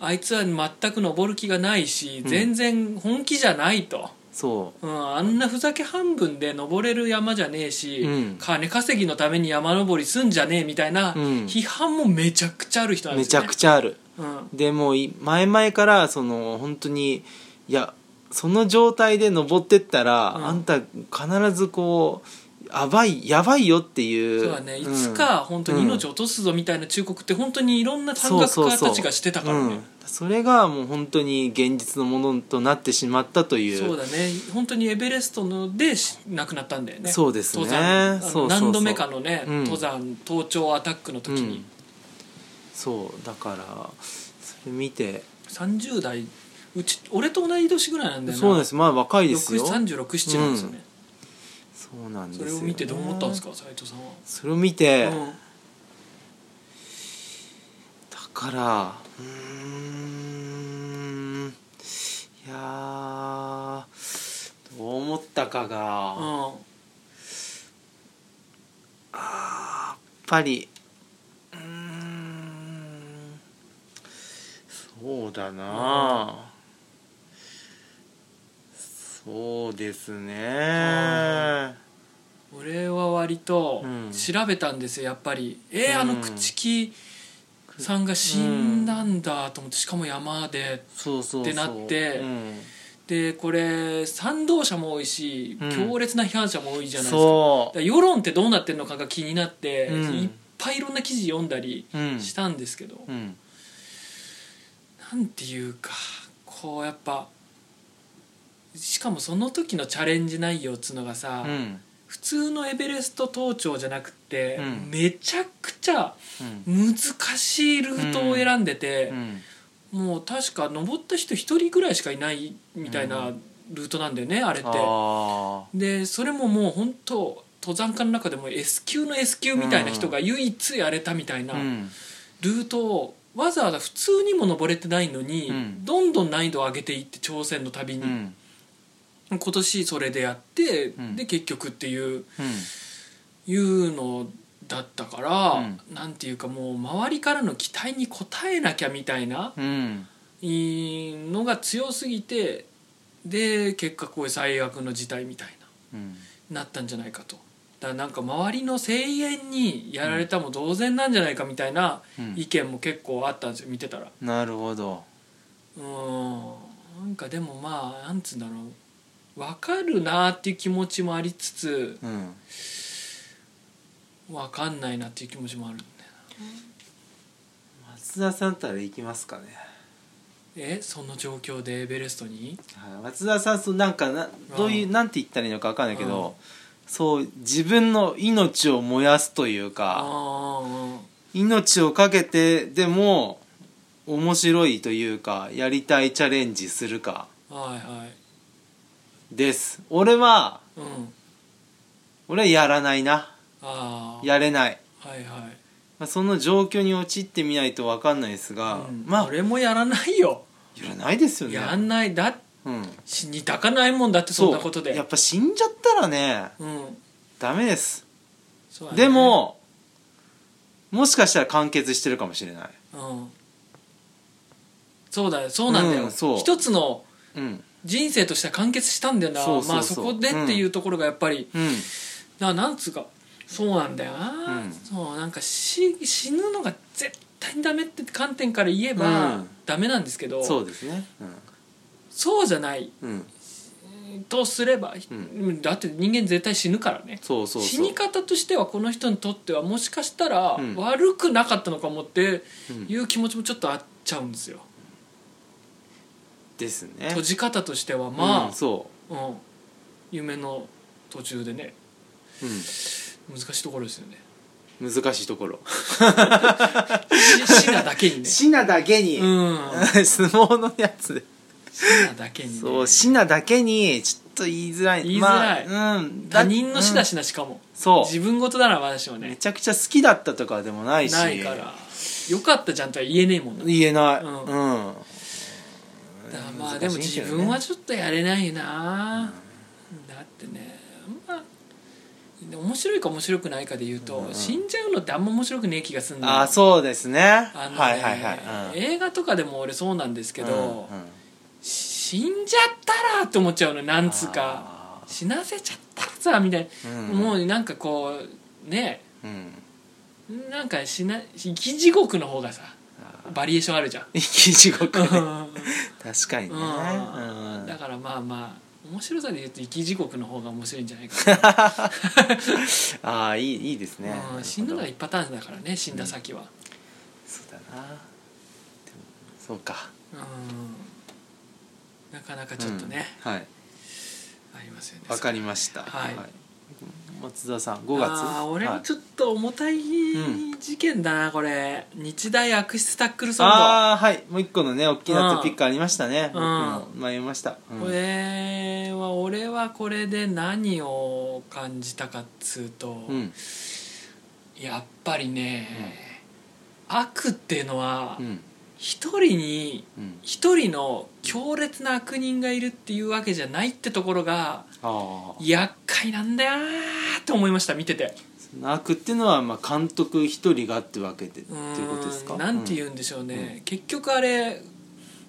あいつは全く登る気がないし、うん全然本気じゃないと、そうん、あんなふざけ半分で登れる山じゃねえし、うん金稼ぎのために山登りすんじゃねえみたいなうん批判もめちゃくちゃある人うなんでめすちよゃねく。ちゃあるうんでもうい前々からその本当にいやその状態で登ってったら、うんあんた必ずこうやばいやばいよっていうそうだね、いつか本当に命を落とすぞみたいな忠告って本当にいろんな短そう学そう家そうたちがしてたからねうんそれがもう本当に現実のものとなってしまったというそうだね本当にエベレストのでし亡くなったんだよねそうですね登山あのそうそうそう何度目かのね、うん登山登頂アタックの時うにん、そうだからそれ見て30代うち俺と同い年ぐらいなんだよそうなんですまあ若いですよ3637なんですよね、そうなんですそよ、ね、れを見てどう思ったんですか斉藤さんは、それを見て、うんだからうーんいやーどう思ったかが、やっうんぱりうーんそうだな、そうですね俺は割とうん調べたんですよやっぱりえー、あのうん朽木さんが死んだんだと思ってしかも山でそうそっうそうてなってうんでこれ賛同者も多いし、うん強烈な批判者も多いじゃないですかだそから世論ってどうなってるのかが気になって、うんいっぱいいろんな記事読んだりううんしたんですけど、うんなんていうかこうやっぱしかもその時のチャレンジ内容っつうのがさ、うん普通のエベレスト登頂じゃなくて、うんめちゃくちゃうん難しいルートを選んでてう、んもう確か登った人一人ぐらいしかいないみたいなルートなんだよね、あれって。あでそれももう本当登山家の中でも S 級の S 級みたいな人が唯一やれたみたいなーうんルートをわざわざ普通にも登れてないのに、うんどんどん難易度を上げていって挑戦の旅うんに、うん今年それでやって、んで結局っていういうのだったから、なんていうかもう周りからの期待に応えなきゃみたいなうんいいのが強すぎてで結果こういう最悪の事態みたいな。うんなったんじゃないかとだからなんか周りの声援にやられたも同然なんじゃないかみたいなうん意見も結構あったんですよ見てたらなるほどうーんなんかでもまあなんつうんだろう分かるなーっていう気持ちもありつつうん分かんないなっていう気持ちもあるんだよな松田さんったら行きますかねえその状況でエベレストにはい松田さんそうなんかなどういううなんて言ったらいいのか分かんないけうどそう自分の命を燃やすというあかあ命をかけてでも面白いというかやりたいチャレンジするかああはいはいです俺はうん俺はやらないなああやれない、はいはいまあ、その状況に陥ってみないと分かんないですが、うんまあ俺もやらないよやらないですよねやんないだうん、死にたかないもんだってそんなことでやっぱ死んじゃったらねうんダメです、そうだねで、ももしかしたら完結してるかもしれないうん、そうだよそうなんだよ、うんそう一つのうん人生としては完結したんだよなそうそうそうまあそこでっていうところがやっぱり、うんななんつうかそうなんだよな、うんそうなんか死死ぬのが絶対にダメって観点から言えば、うんダメなんですけどそうですねそうじゃないうん、うん、とすれば、んだって人間絶対死ぬからねそうそうそう死に方としてはこの人にとってはもしかしたらうん悪くなかったのかもってうんいう気持ちもちょっとあっちゃうんですよですね閉じ方としてはまうんそあ、うん夢の途中でねう、うん難しいところですよね難しいところし死なだけにねシナだけに、うん <laughs> 相撲のやつで死なだけに、ね、そうシナだけにちょっと言いづらい言いづらいまあうん、だ他人の死だうんしなしかも、そ自分事なら私もうめねちゃくちゃ好きだったとかでもないしないからよかったじゃんとは言えねえもんな言えないうんうんだからまあ難でもしい自けどね分はちょっとやれないな、だってねあんま面白いか面白くないかで言うと、うん死んじゃうのってあんま面白くねえ気がすんのあそうですねあのねはいはいはい、うん映画とかでも俺そうなんですけど、うんうん死んじゃったらって思っちゃうのよなんつうかあ死なせちゃったらさみたいーうな、んもうなんかこうねうんなんか死な生き地獄の方がさバリエーションあるじゃん生き地獄ねう確かにね、んうんだからまあまあ面白さで言うと生き地獄の方が面白いんじゃないかな、ああいいいいですねなるほうんど死ぬのが一パターンだからね死んだ先は、そうだなでもそうかうん、なかなかちょっとね、うんはいありますよねわかりましたはい松田さん5月あー俺はもいちょっと重たいん事件だなこれ日大悪質タックル騒動、あーはいもう一個のね大きなトピックありましたね、うん僕も迷いました、うんこれは俺はこれで何を感じたかっつうと、うんやっぱりね、悪っていうのはうん一人にうん一人の強烈な悪人がいるっていうわけじゃないってところがああ厄介なんだよなーと思いました見ててその悪っていうのはまあ監督一人がってわけでってういうことですーかんなんて言うんでしょうね、結局あれ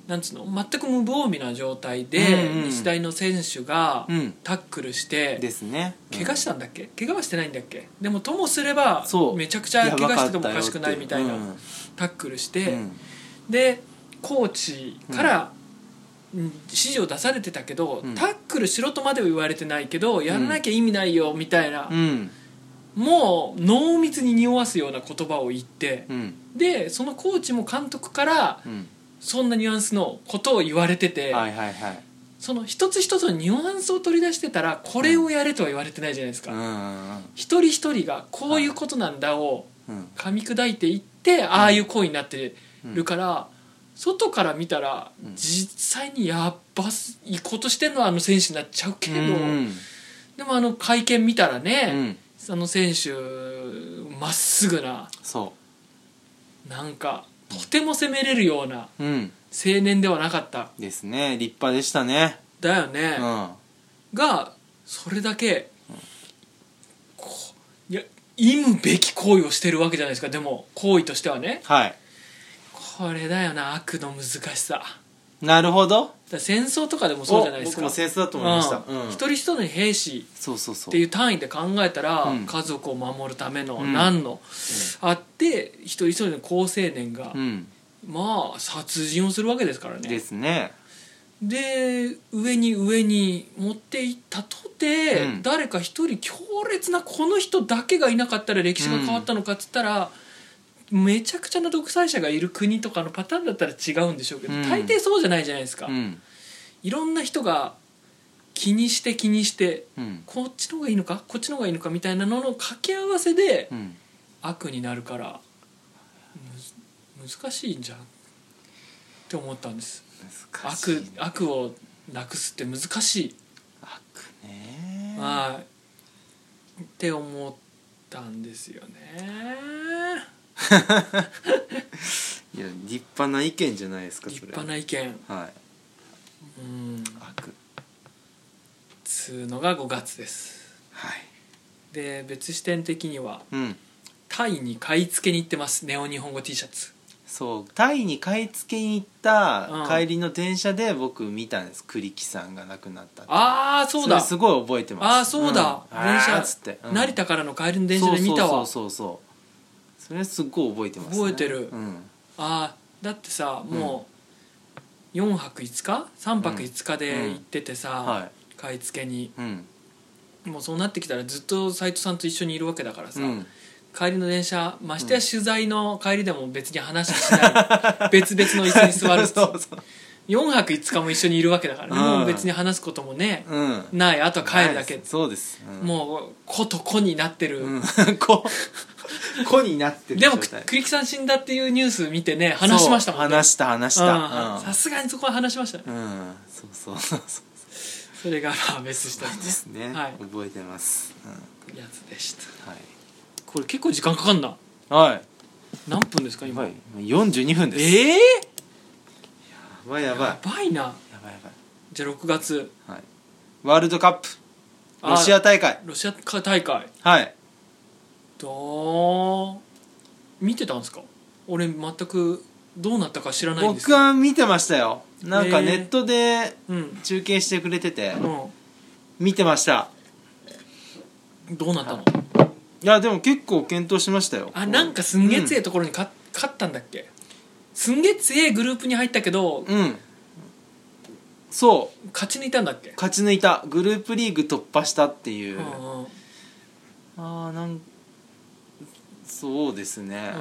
なんつうの全く無防備な状態で、うんうん日大の選手がうん、うんタックルして、ですね怪我したんだっけ怪我はしてないんだっけでもともすればそうめちゃくちゃや怪ば我かしっててもたよおかしくないみたいなうんタックルしうて、んでコーチからうん指示を出されてたけど、うんタックルしろとまでは言われてないけどやらなきゃ意味ないよみたいなう、んもう濃密に匂わすような言葉を言ってう、んでそのコーチも監督からうんそんなニュアンスのことを言われてて、はいはいはいその一つ一つのニュアンスを取り出してたらこれをやれとは言われてないじゃないですか、一人一人がこういうことなんだを噛み砕いていってああいう行為になってるから、外から見たらうん実際にやっばいいことしてんのはあの選手になっちゃうけど、でもあの会見見たらね、あの選手まっすぐなそなんかとても攻めれるようなううん青年ではなかったですね立派でしたねだよね、うんがそれだけこういや忌むべき行為をしてるわけじゃないですかでも行為としてはねはいこれだよな悪の難しさだかなるほどら戦争とかでもそうじゃないですお僕かもセンスだと思いましたうんうん一人一人の兵士そうそうっそうていう単位で考えたら、うん家族を守るためのうん何の、あって一人一人の高青年が、うんまあ殺人をするわけですからねですねで上に上に持っていったとて、うん誰か一人強烈なこの人だけがいなかったら歴史が変わったのかっつったら、めちゃくちゃな独裁者がいる国とかのパターンだったら違うんでしょうけど、うん大抵そうじゃないじゃないですか、うんいろんな人が気にして気にしてうんこっちの方がいいのかこっちの方がいいのかみたいなのの掛け合わせでうん悪になるからむず難しいんじゃんって思ったんです。難しい悪悪をなくすって難しい、悪ねはいって思ったんですよねいや立派な意見じゃないですか立それ派な意見はいうん悪つうのが5月ですはいで別視点的にはうんタイに買い付けに行ってますネオ日本語 T シャツそうタイに買い付けに行ったうん帰りの電車で僕見たんです栗木さんが亡くなったってああそうだれすごい覚えてますあーそうだうん電車あーっつって、うん成田からの帰りの電車で見たわそうそうそうそうそうそれすっごい覚えてます、覚えてるうんあーだってさもう4泊5日3泊5日で行っててさ、は買い付けにいうんもうそうなってきたらずっと斎藤さんと一緒にいるわけだからさ、うん帰りの電車ましてや取材の帰りでも別に話しない <laughs> 別々の椅子に座る <laughs> そうそう4泊5日も一緒にいるわけだからね、うんもう別に話すこともね、うんないあとは帰るだはけい、そうです、うんもう子と子になってる、うん、 <laughs> こ子になってるでも状く態栗木さん死んだっていうニュース見てね話しましたもんそうね話した話しうんさたすがにそこは話しましたねうん、うん、そうそうそうそうそれがまあ別したでやすね、はい覚えてます、うん、つでしたはいこれ結構時間かかんなはい何分ですか今、やばい42分ですええやばいやばいやばいなやばいやばいじゃあ6月はい、ワールドカップあロシア大会ロシア大会はいどう見てたんですか俺全くどうなったか知らないんです僕は見てましたよなんかへーネットでうん、中継してくれててう見てましたん、どうなったのいやでも結構検討しましたよあなんかすんげえ強いいところに勝勝ったんだっけすんげえ強いグループに入ったけどうん、うんそう勝ち抜いたんだっけ勝ち抜いたグループリーグ突破したっていううんうんうんあーなんそうですね、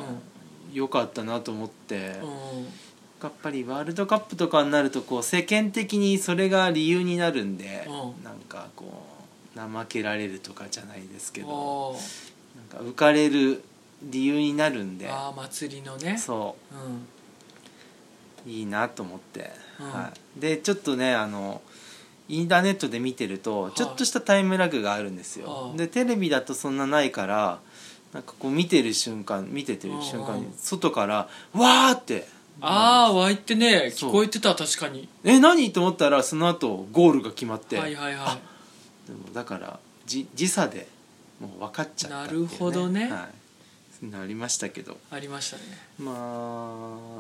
良かったなと思って、うんやっぱりワールドカップとかになるとこう世間的にそれが理由になるんで、うんなんかこう怠けられるとかじゃないですけどあなんか浮かれる理由になるんーであー祭りのねそうんういいなと思って、うんはい、でちょっとねあのインターネットで見てるといちょっとしたタイムラグがあるんですよ、ああでテレビだとそんなないからなんかこう見てる瞬間見ててる瞬間うにんうん外から「わー!」ってああ湧いてねそ聞うこえてた確かにえ何と思ったらその後ゴールが決まって、はいはいはでもだからじ時差でもう分かっちゃったっていうなるほどねはい、なりましたけどいありましたねま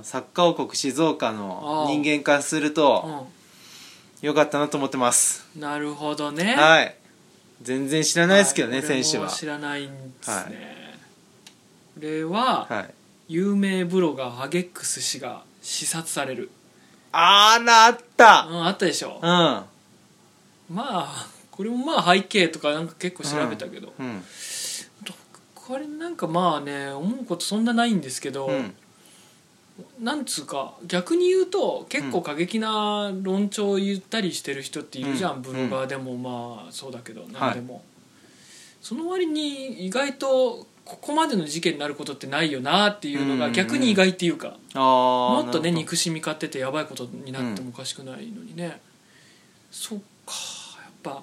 あサッカー王国静岡のああ人間からするとう良かったなと思ってますんなるほどねはい全然知らないですけどね、はい選手俺はも知らないんですね、はいこれは、はい有名ブロガーハゲックス氏が視察されるあらあっうたんあったでしょうまあこれもまあ背景とかなんか結構調べたけど、んうんこれなんかまあね思うことそんなないんですけど、うんなんつうか逆に言うと結構過激な論調を言ったりしてる人っているじゃん、うんブロガーでもまあそうだけど何でも、その割に意外とここまでの事件になることってないよなっていうのうがん逆に意外っていうか、あーもっとねなるほ憎しみ買っててやばいことになってもおかしくないのにね、そっかやっぱ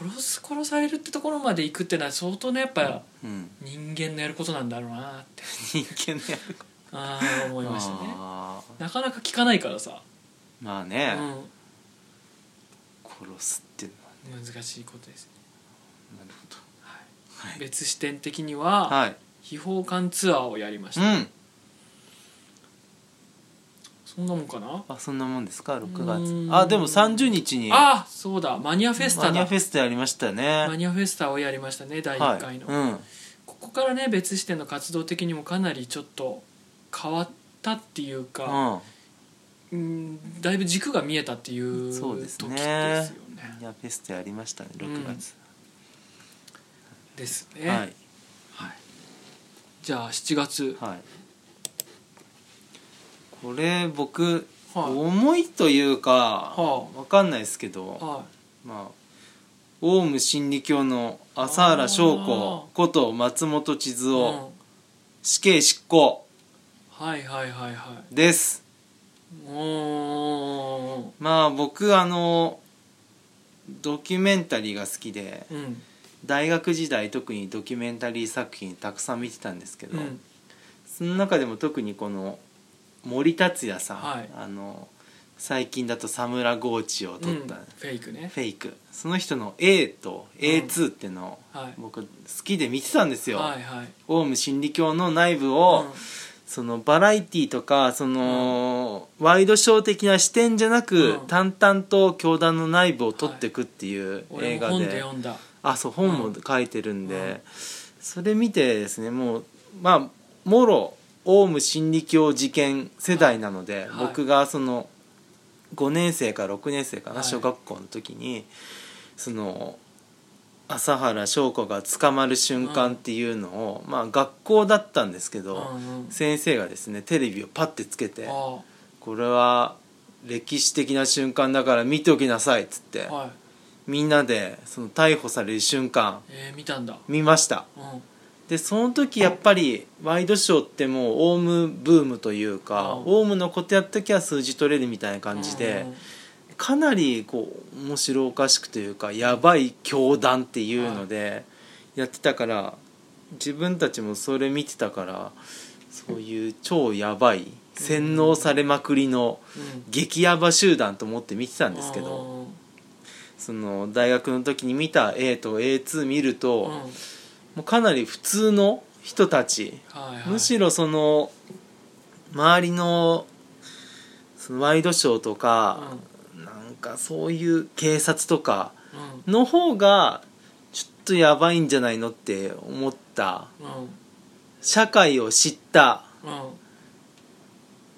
殺す殺されるってところまで行くってのは相当ねやっぱどうん人間のやることなんだろうなって人間のやるこあー思いとましたねあーなかなか聞かないからさ、まあうね、ん、殺すっていうのは難しいことですね、なるほはいはい別視点的にどははい秘宝館ツアーをやりましうた、んそんなもんかなあそんなもんですか6う月んあでも30日にあそうだマニアフェスタマニアだフェスタやりましたねマニアフェスタをやりましたね第は1い回の、うんここからね別視点の活動的にもかなりちょっと変わったっていうか、うんうんだいぶ軸が見えたっていうそう時でですすよねね。マニアフェスタやりましたね6月、ですね、はいはいじゃあ7月、はいこれ僕、はい重いというか、はわかんないですけど、はまあオウム真理教の朝原翔子あーこと松本千鶴いうん夫、死刑執行はいはいはいはですいおまあ僕あのドキュメンタリーが好きでーうん大学時代特にドキュメンタリー作品たくさん見てたんですけうど、んその中でも特にこの森達也さん、はいあの最近だと「サムラゴーチ」を撮った、うんフフェイクねェイクその人の A と A2 っていうのをはい僕好きで見てたんですよ、はいはいオウム真理教の内部を、そのバラエティとかその、ワイドショー的な視点じゃなうく、ん淡々と教団の内部を撮っていくっていううん、俺映も画本で,、で読んだあそう本も書いてるんで、うんそれ見てですねもうまあもろオウム真理教事件世代なので、はい僕がその5年生か6年生かな、はい小学校の時にその朝原翔子が捕まる瞬間っていうのを、まあ学校だったんですけうど、んうん先生がですねテレビをパッてつけてあ「これは歴史的な瞬間だから見ておきなさい」っつって、ーはいみんなでその逮捕される瞬間えー、見たんだ見ましたうんでその時やっぱりワイドショーってもうオウムブームというか、うんオウムのことやった時は数字取れるみたいな感じで、かなりこう面白おかしくというかやばい教団っていうのでやってたから自分たちもそれ見てたからそういう超やばい洗脳されまくりのうんうん激ヤバ集団と思って見てたうんんですけどうんその大学の時に見た A と A2 見るとうんもうかなり普通の人たちはいはい、むしろその周りのそのワイドショーとかうんなんかそういう警察とかうの方がちょっとやばいんじゃないのって思ったんうん社会を知ったうん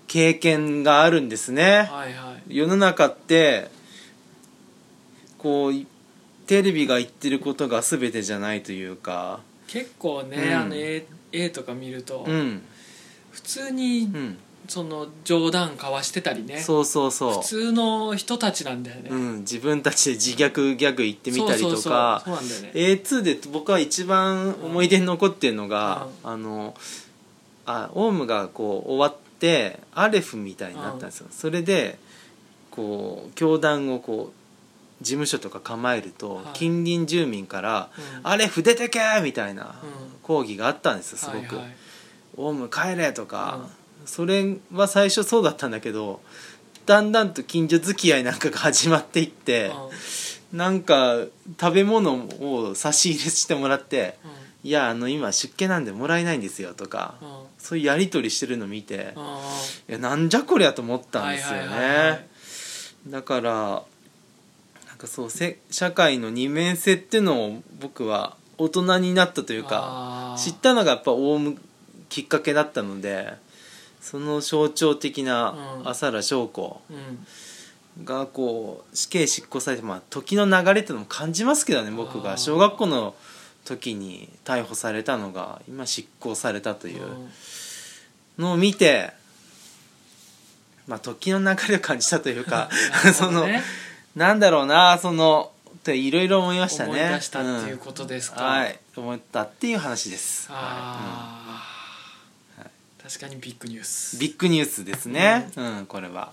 経験があるんですねはいはい世の中ってこうテレビが言ってることが全てじゃないというか結構ね、うんあの A, A とか見ると、うん普通にうんその冗談交わしてたりねそうそうそう普通の人たちなんだよね、うっん、自分たちで自虐ギャグ言ってみたりそとかうそうそうそうなんだよね A2 で僕は一番思い出に残ってるのが、あのあオウムがこう終わってアレフみたいになったんですよ、それでこう教団をこう事務所とか構えると、はい近隣住民からう「んアレフ出てけ!」みたいなうん抗議があったんですよすごく。はいはいオウム帰れとか、それは最初そうだったんだけどだんだんと近所付き合いなんかが始まっていって、なんか食べ物を差し入れしてもらって「いやあの今出家なんでもらえないんですよ」とか、うんうんうんそういうやり取りしてるの見て、いうんやなんじゃこりゃと思ったんですよね、はいはいはいはいだからなんかそうせ社会の二面性っていうのを僕は大人になったというか。あー知ったのがやっぱオウムきっかけだったのでその象徴的なうん朝原翔子うんがこう死刑執行されて、まあ、時の流れってのも感じますけどね僕あがー小学校の時に逮捕されたのが今執行されたというのを見てまあ、時の流れを感じたというか <laughs> な <laughs> そるほどのねなんだろうなそのっていろいろ思いましたね思い出したっていうことですうんか、はい思ったっていう話ですああ、確かにビッグニュースビッグニュースですねうんこれは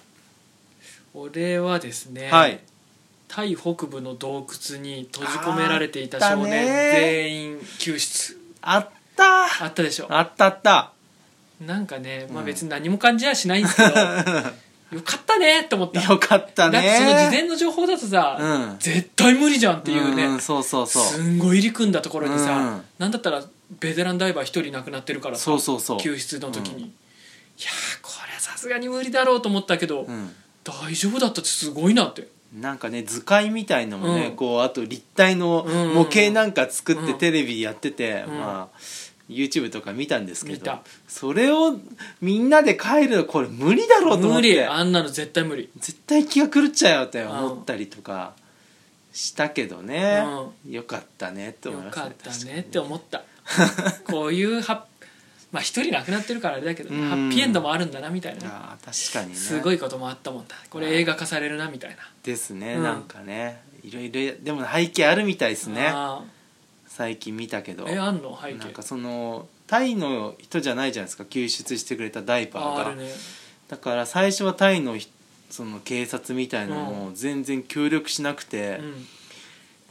俺はですね、はいタイ北部の洞窟に閉じ込められていた少あ年ったね全員救出あったあったでしょあったあったなんかね、まあ、うん別に何も感じはしないん <laughs> ですけどよかったねって思ったよかったねだってその事前の情報だとさ、うん絶対無理じゃんっていうね、んんそうそうそうすんごい入り組んだところにさ、うんなんだったらベテランダイバー一人亡くなってるからさそうそうそう救出の時に、いやーこれはさすがに無理だろうと思ったけど、うん大丈夫だったってすごいなってなんかね図解みたいのもね、うんこうあと立体のうん模型なんか作ってうんテレビやってて、うんまあ YouTube とか見たんですけ見どたそれをみんなで帰るのこれ無理だろうと思無っ理てあんなの絶対無理絶対気が狂っちゃうよってん思ったりとかしたけどね、よかったねってよ思いましたかったねって思ったこういうハッまあ一人亡くなってるからあれだけどね、うんハッピーエンドもあるんだなみたいなね、あー確かにねすごいこともあったもんだこれ映画化されるなみたいなですね、うんなんかねいろいろでも背景あるみたいですねあ最近見たけどーえあんの背景なんかそのタイの人じゃないじゃないですか救出してくれたダイバあーーがあるねだから最初はタイのひその警察みたいなのも全然協力しなくて、うん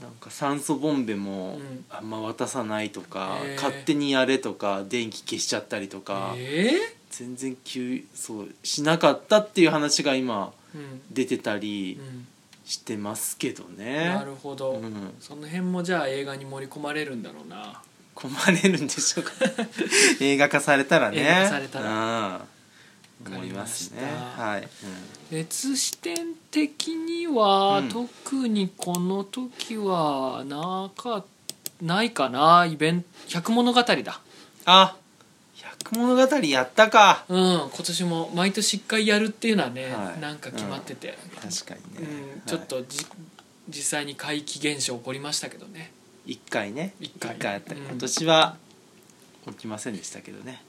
なんか酸素ボンベもうんあんま渡さないとか、へー勝手にやれとか電気消しちゃったりとか、え全然急そうしなかったっていう話が今ーうん出てたりうんしてますけどね。なるほど、うんその辺もじゃあ映画に盛り込まれるんだろうな困れるんでしょう <laughs> か映画化されたらね映画化されたらわかりました思いますねはい、うん別視点的には、うん特にこの時はなかないかなイベント「百物語」だあ百物語やったかうん今年も毎年1回やるっていうのはね、はいなんか決まってて、確かうにんね、はいちょっとじ、実際に怪奇現象起こりましたけどね一回ね一回あったり、うん今年は起きませんでしたけどね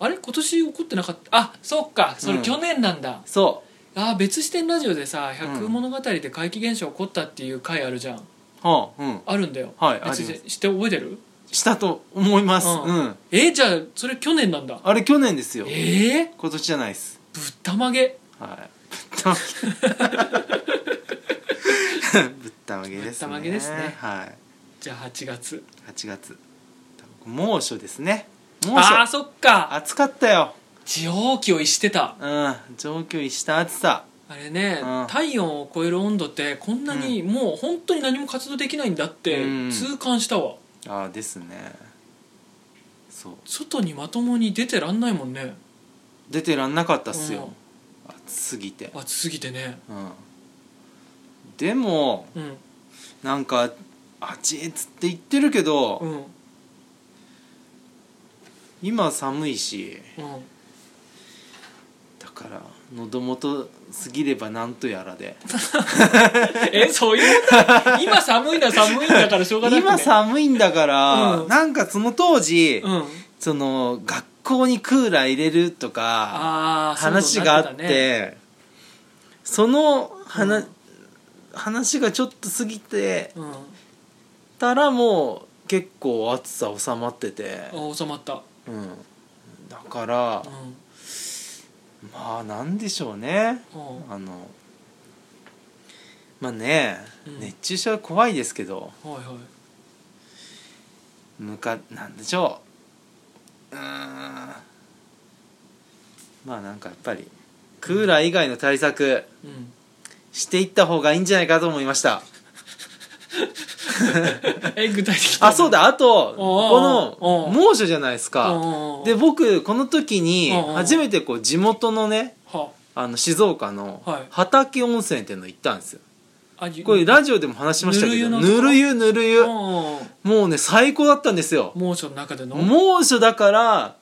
あれ今年起こってなかったあそっかそれうん去年なんだ、そあー別視点ラジオでさ「百うん物語」で怪奇現象起こったっていう回あるじゃんうはあうんあるんだよはい別あ視り点して覚えてるしたと思います、うんうん、えじゃあそれ去年なんだあれ去年ですよええ今年じゃないですぶったまげはいぶったまげですぶったねまげですねはいじゃあ8月8月猛暑ですね猛ああ暑そっか暑かったよ地方気を逸してたうん上級医した暑さあれねうん体温を超える温度ってこんなにもう本当に何も活動できないんだってうん痛感したわああですねそう外にまともに出てらんないもんね出てらんなかったっすよ、暑すぎて暑すぎてねうんでもうんなんかあちっつって言ってるけど、うん今寒いしうんだから喉元過ぎればなんとやらでえそういうこと今寒いのは寒いんだからしょうがなくて今寒いんだから、うんなんかその当時、うんその学校にクーラー入れるとかああ話があってその話,、うん話がちょっと過ぎてうんたらもう結構暑さ収まってて、あ収まったうん、だからう、んまあなんでしょうねうんあのまあね、うん熱中症は怖いですけどはいはい向かなんでしょううーんまあなんかやっぱりクーラー以外の対策うんしていった方がいいんじゃないかと思いましたえ具体的あそうだだあとおうおうこのおう猛暑じゃないですかでで僕この時におうおう初めてこう地元のねはあの静岡のはい畑温泉っていうの行ったんですよあこれラジオでも話しましたけどぬぬるる湯ぬる湯うんもうね最高だったんですよ猛暑の中での猛暑だから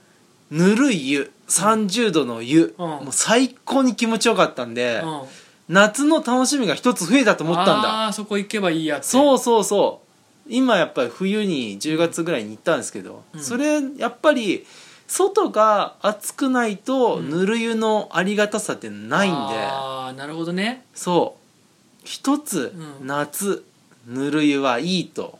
ぬるい湯30度の湯うんもう最高に気持ちよかったんでうん夏の楽しみが一つ増えたと思ったんだああそこ行けばいいやってそうそうそう今やっぱり冬に10月ぐらいに行ったんですけど、うんそれやっぱり外が暑くないとうんぬる湯のありがたさってないんで、ああなるほどねそう一つ、うん夏ぬる湯はいいと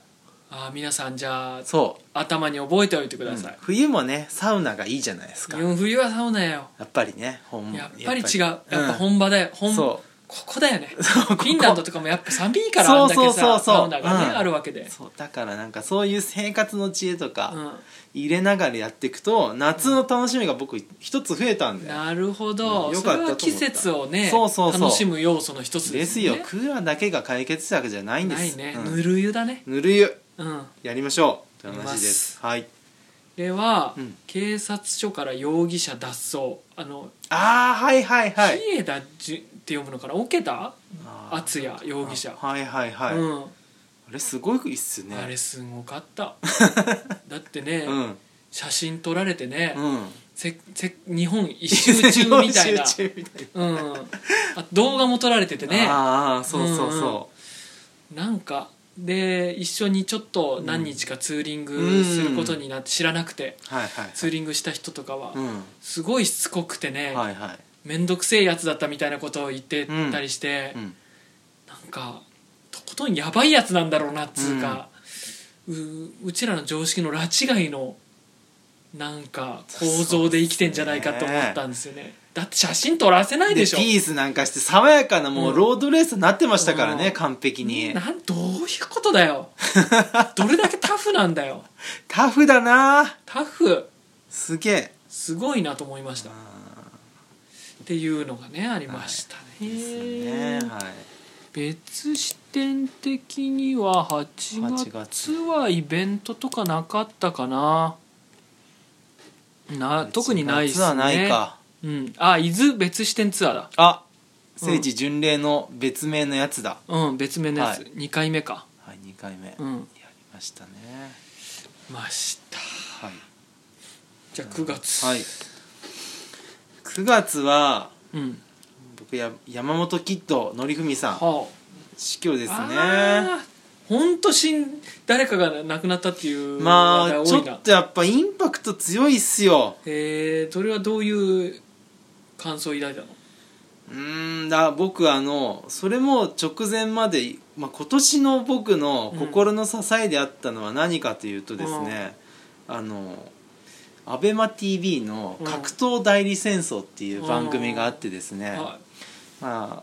あー皆さんじゃあそ頭に覚えておいてくう、だうさんい、冬もねサウナがいいじゃないですか日本冬はサウナよやっぱりねほんやっぱり違うやっうんぱ本場だよ、本そここだよねう <laughs> そうこフこィンランドとかもやっぱ寒いからあんだけそうそうそさうそうサウナがね、うんあるわけで、そうだからなんかそういう生活の知恵とか、う入れながらやっていくと夏の楽しみが僕一つ増えたんん、でなるほど、うんよそかったれと思ったは季節をねそうそうそう楽しむ要素の一つですねよクーラーだけが解決策じゃないんでなすいね、うんぬる湯だねぬる湯うんやりましょうってやり話ますですはいでは、うん警察署から容疑者脱走あのああはいはいはい日枝じゅって読むのかな桶田あ敦也容疑者、はいはいはい、あうんれすごいっすねあれすごかった <laughs> だってね、うん写真撮られてね、うんせせ日本一周中み <laughs> たいな集中みたいうん、あ動画も撮られててなねああそうそうそなんかで一緒にちょっと何日かツーリンうんグすることになって知らなくてう、はいはいツーリングした人とかはうすごいしつこくてねんはいはい面倒くせえやつだったみたいなことを言ってたりして、うんなんかとことんやばいやつなんだろうなっつうか、ううちらの常識の拉致外のなんか構造で生きてんじゃないかと思ったんですよねだって写真撮らせないでしょピースなんかして爽やかなもううんロードレースになってましたからね、うん完璧に、なんどういうことだ <laughs> よどれだけタフなんだよタフだなタフすげえすごいなと思いましたっていうのがねありましたね,、ねはい別視点的には8 8月月はイベントとかなかったかなな特にないです夏ねはないかうん、あ伊豆別視点ツアーだあ聖地巡礼の別名のやつだ、うん別名のやつ、はい2回目かはい2回目、うやんりましたねましたはいじゃあ9月はい9月はうん僕や山本キッドのりふみさんはあ死去ですねあーほんと死ん誰かが亡くなったっていうま話題あ多ちょいなっとやっぱインパクト強いっすよえー、それはどういう感想を抱いたのうーんだ僕あのそれも直前まで、まあ、今年の僕の心の支えであったのは何かというとですね、あのアベマ t v の「格闘代理戦争」っていう番組があってですね、はまあ、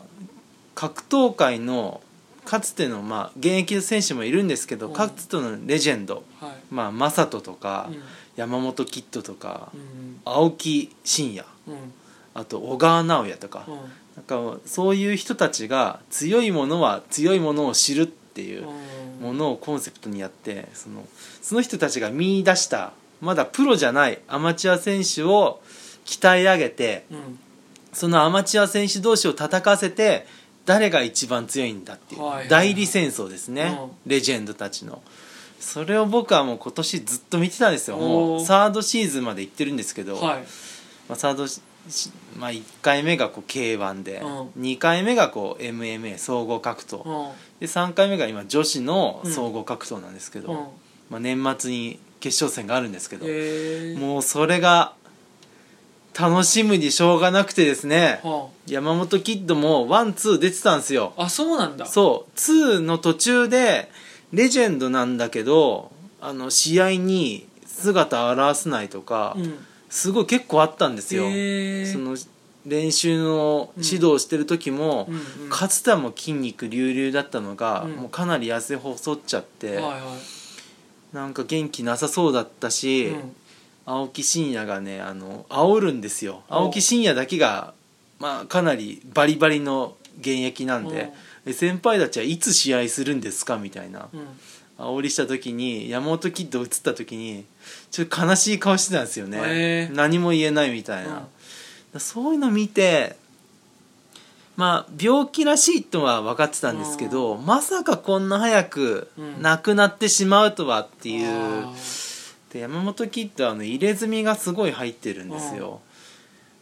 格闘界のかつての、まあ、現役の選手もいるんですけどうんかつてのレジェンド、いはまあ、マサトとか、いうん山本キッドとか、うん青木真也うんあと小川直也とか、うんなんかそういう人たちが強いものは強いものを知るっていううんものをコンセプトにやってそのその人たちが見出したまだプロじゃないアマチュア選手を鍛え上げてうんそのアマチュア選手同士を戦わせて誰が一番強いんだっていう、はいはい代理戦争ですね、うレジェンドたちのそれを僕はもう今年ずっと見てたんですよもおうーサードシーズンまで行ってるんですけど、はいまあ、サードし、まあ、1回目がこう k 1で、う2回目がこう MMA 総合格闘、うで3回目が今女子の総合格闘なんですけど、んうんまあ、年末に決勝戦があるんですけど、えーもうそれが楽しみにしょうがなくてですねは山本キッドもワンツー出てたんですよああそうなんだそうツーの途中でレジェンドなんだけどあの試合に姿を現さないとか、うんすごい結構あったんですよ、えーその練習の指導してる時も、うんうんかつてはもう筋肉隆々だったのが、うんもうかなり痩せ細っちゃって、はいはなんか元気なさそうだったいし、うん青木真也がねあの煽るんですよお青木真也だけが、まあ、かなりバリバリの現役なんでで先輩たちはいつ試合するんですかみたいなうん煽りした時に山本キッド映った時にちょっと悲しい顔してたんですよね、へー何も言えないみたいな、だからそういうの見てまあ病気らしいとは分かってたんですけど、まさかこんな早くうん亡くなってしまうとはってていう、で山本キッドはあの入れ墨がすごい入ってるんですよ、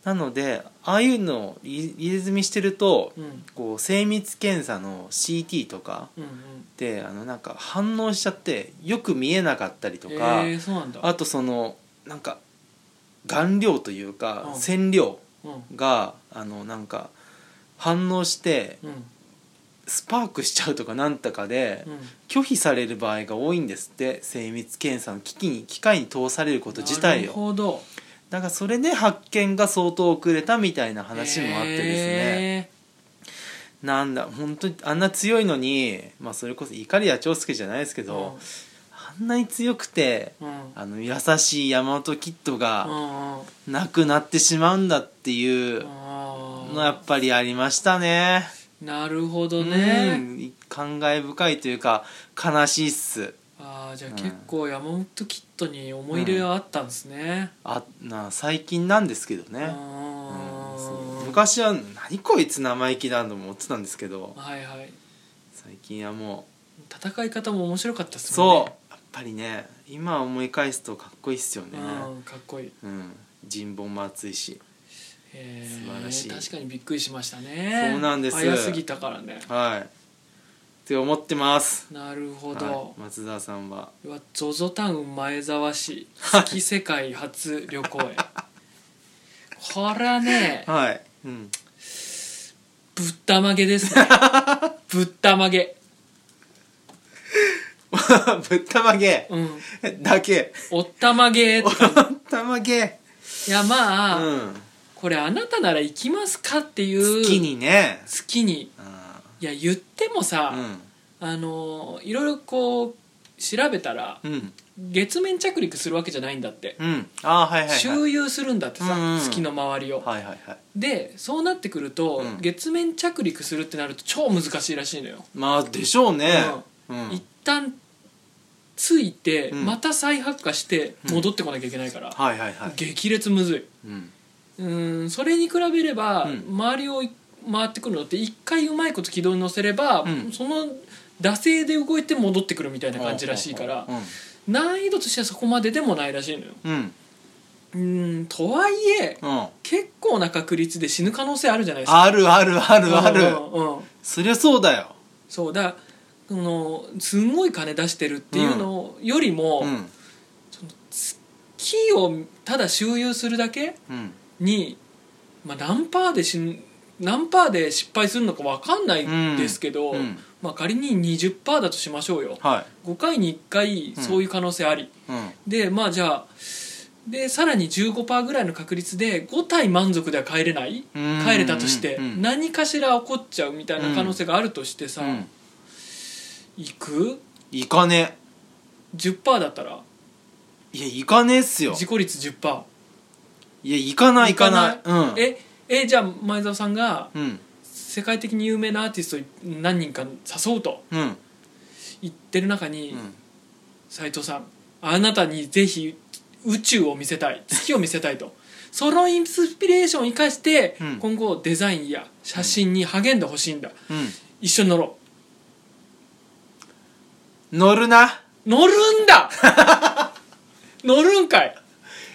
なのでああいうのを入入れ墨してると、うんこう精密検査の CT とかうんうんであのなんか反応しちゃってよく見えなかったりとか、えーそうなんだあとそのなんか顔料というかうん染料うんがあのなんか反応してうんスパークしちゃうとかなんとかでうん拒否される場合が多いんですって精密検査の機器に機械に通されること自体なるをほどだからそれで発見が相当遅れたみたいな話もあってですね、へなんだ本当にあんな強いのに、まあ、それこそ碇谷長介じゃないですけーど、あんなに強くてうんうんあの優しいヤマトキッドうがんうんなくなってしまうんだっていうあーのはやっぱりありましたね。なるほどうねん感慨深いというか悲しいっすあーじゃあうん結構山本キッドに思い入れはあったんですねあな最近なんですけどうね、うんんそう昔は「何こいつ生意気だ」と思ってたんですけどはいはい最近はも戦い方も面白かったっうすもんねそうやっぱりね今思い返すとかっこいいっすよね、うんかっこいいうん、人望も厚いしへー素晴らしい確かにびっくりしましたねそうなんです早すぎたからねはいって思ってますなるほはどい、松田さんはうわ ZOZO タウン前沢市月世界初旅行へこれはねはい、うん、 <laughs> ぶったまげですねぶったまげぶったまげうんだけおったまげってぶったまげいやまあ、うんこれあなたなら行きますかっていう好きにね好きにあいや言ってもーさ、あのいろいろこう調べたらうんうん月面着陸するわけじゃないんだって、うんあーはいはいはい周遊するんだってさ、うんうん月の周りを、はいはいはいでそうなってくると、うん月面着陸するってなると超難しいらしいのよ、まあでしょうねうん、一旦ついて、うんまた再発火して戻ってこなきゃいけないから、はいはいはい、激烈むずいうん、うーんそれに比べれば、うん周りを回ってくるのって一回うまいこと軌道に乗せれば、うんその惰性で動いて戻ってくるみたいな感じらしいから難易度としてはそこまででもないらしいのようんうんうーんとはいえうん結構な確率で死ぬ可能性あるじゃないですかあるあるあるあるうんうんそりゃそうだよそうだそのすんごい金出してるっていうのよりも、うんキーをただ周遊するだけうんに、まあ、何パーで死ん何パーで失敗するのか分かんないですけど、うんまあ、仮に20%だとしましょうよはい5回に1回うんそういう可能性あり、うんでまあじゃあでさらに15%ぐらいの確率で5体満足では帰れないうん帰れたとしてうん何かしら起こっちゃうみたいな可能性があるとしてさ、うん行く行かね ?10% だったらえいや行かねえっすよ事故率10%いや行かない行かないうんええじゃあ前澤さんがうん世界的に有名なアーティストを何人か誘うとうん言ってる中にうん斎、藤さんあなたにぜひ宇宙を見せたい月を見せたいとそのインスピレーションを生かして、うん今後デザインや写真に励んでほしいんだうん一緒に乗ろ乗るなう乗るん <laughs> だ乗るんかい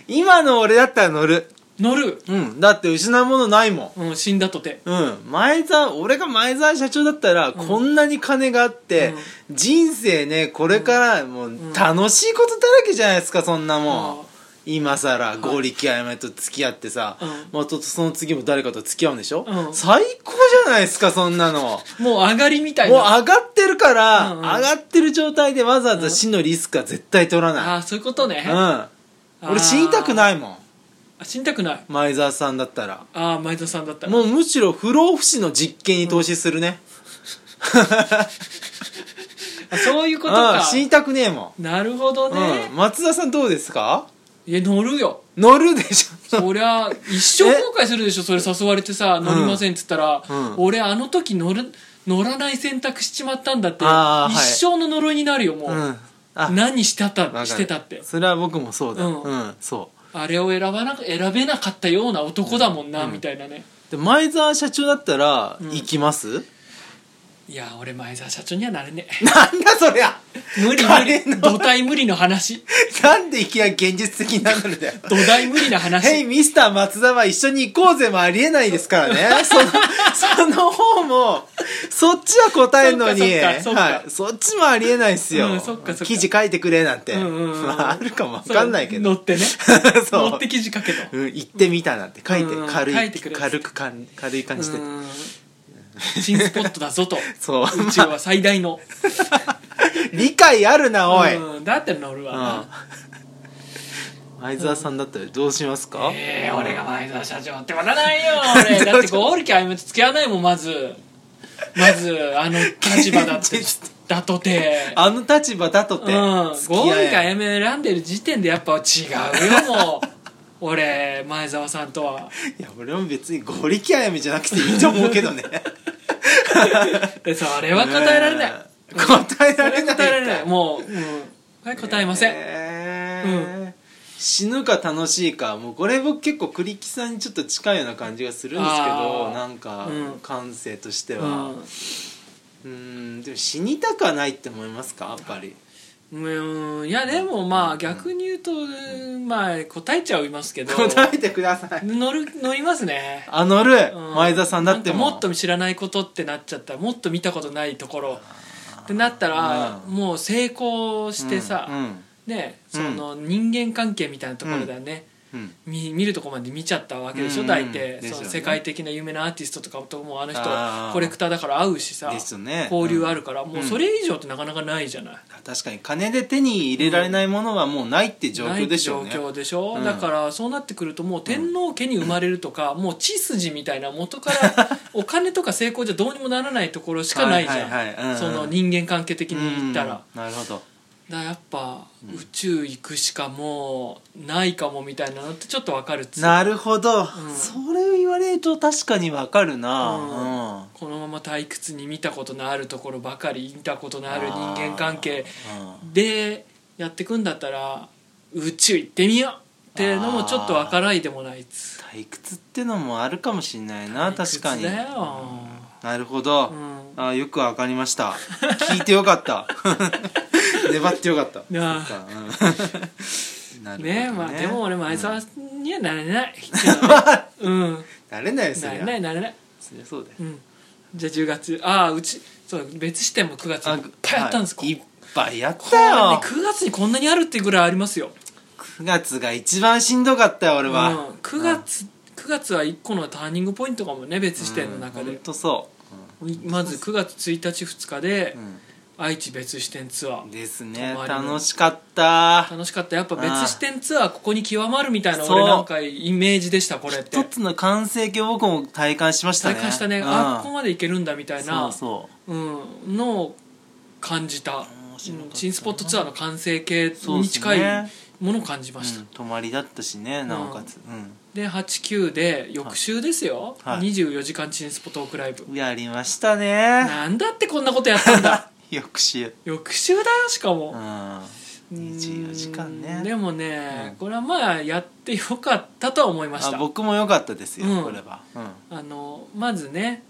今の俺だったら乗る乗る、うんだって失うものないもんうん、死んだとてうん、前澤俺が前澤社長だったら、こんなに金があって、人生ねこれからもう楽しいことだらけじゃないですかそんなもん、今さら剛力あやめと付き合ってさ、うんまあとその次も誰かと付き合うんでしょ、うん最高じゃないですかそんなのもう上がりみたいもうな上がってるから、うんうん上がってる状態でわざわざ死のリスクは絶対取らあなあそういうことねい、うん、俺死にたくいないもん死にたくない前澤さんだったらああ前澤さんだったらもうむしろ不老不死の実験に投資するね、あそういうことあかあ死にたくねえもなるほどん、ね、うん、松田さんどうですかいや乗るよ乗るでしょそりゃ一生後悔するでしょそれ誘われてさ乗りませんっつったら、うん俺あの時乗る乗らない選択しちまったんだってあーはい一生の呪いになるよもうう、んあ何してわかたるしてたってそれは僕もそうだうんうんそうあれを選ばな選べなかったような男だもんな、みたいなねで前澤社長だったらうん行きますいや俺前澤社長にはなれね <laughs> なんだそりゃえ無理大変無理 <laughs> 土台無理の話なんでいきなり現実的になるんだよ <laughs> 土台無理な話ヘイミスター松田は一緒に行こうぜもありえないですから <laughs> ね。その、その方も、そっちは答えんのに、そっかそっかそっかはい、そっちもありえないっすよ。うんそっかそっか記事書いてくれなんて。うんうんうんまあ、あるかもわかんないけ乗ど。ってね <laughs> そう乗って記事書けとうん、行ってみたなんて書いて、うん軽書いいてくれる軽くかん軽い感じで。うーん新スポットだぞと <laughs> そう。宇宙は最大の理解あるな、おい。うん。うんだって乗るわ前澤さんだったらどうしますか、ええ俺が前澤社長ってならない <laughs> よ俺だってゴールキャイムと付き合わないもんまずまずあの立場だっ <laughs> て現実だとてあの立場だとうんて、付ゴき合ールキえャイム選んでる時点でやっぱ違うよ <laughs> もう俺前澤さんとはいや、俺も別にゴリキあやめじゃなくていいと思うけどね。 <laughs> でそれは答えられないねえ答えそられはれない答えられないもううんはい答えませんえー死ぬか楽しいかもうこれ僕結構栗木さんにちょっと近いような感じがするんですけあどーなんかうん感性としてうはんうんでも死にたくはないって思いますかやっぱりうんいやでもまあ逆に言うと、まあ答えちゃいますけど答えてください乗る乗りますね、あのるうん前田さんだっなてかももっと知らないことってなっちゃったらもっと見たことないところってなったら、うんもう成功してさ、うんうんねその人間関係みたいなところだよね、うん見見るとこまで見ちゃったわけでしょ、うん大抵、ですよそねの世界的な有名なアーティストとかともあの人あーコレクターだから会うしさ、ですよね交流あるうんから、もうそれ以上ってなかなかないじゃない。確かに金で手に入れられないものはもうないって状況でしょうなねい状況でしょうんだからそうなってくるともう天皇家に生まれるとか、もう血筋みたいな元から <laughs> お金とか成功じゃどうにもならないところしかないじゃん、はいはいはいうんうんその人間関係的うに言んったら、だかなるほどらやっぱ宇宙行くしかもうないかもみたいなのってちょっとわかるっつうなるほど、んそれを言われると確かにわかるな、うんこのまま退屈に見たことのあるところばかり見たことのある人間関係うんでやってくんだったら宇宙行ってみようってのもちょっとわからないでもないっつう退屈ってのもあるかもしれないな確かに退屈だよなるほど、うんあよくわかりました聞いてよかった <laughs> 粘ってよかったなあそっかうんなるほどねまあでも俺前澤にはなれない <laughs> うん、なれないですなよれないなれない、そうだようん、じゃあ10月ああうちそう別視点も9月いあっぱいあったんですはいいっぱいやっこたよ、これね9月にこんなにあるっていうぐらいありますよ、 9月が一番しんどかったよう俺ん、は、 9月9月は1個のターニングポイントかもね別視点の中うんほんで、とそう、まず9月1日2日でうん愛知別視点ツアーですね泊まりの楽しかった楽しかったやっぱ別視点ツアーここに極まるみたいなそう俺なんかイメージでしたこれって一つの完成形を僕も体感しましたね体感したね、うんあここまでいけるんだみたいなそうそううん、のを感じた面白かったな新スポットツアーの完成形そうっにすね近いものを感じましたうん、泊まりだったしねなおかつ、うで89で翌週ですよ、はい24時間新スポトークライブん、やりましたねなんだってこんなことやったん <laughs> だ翌週翌週だよしかうも、ん24時間うねんでもね、うんこれはまあやってよかったとは思いましたあ僕も良かったですよ、うんこれは、うあのまずね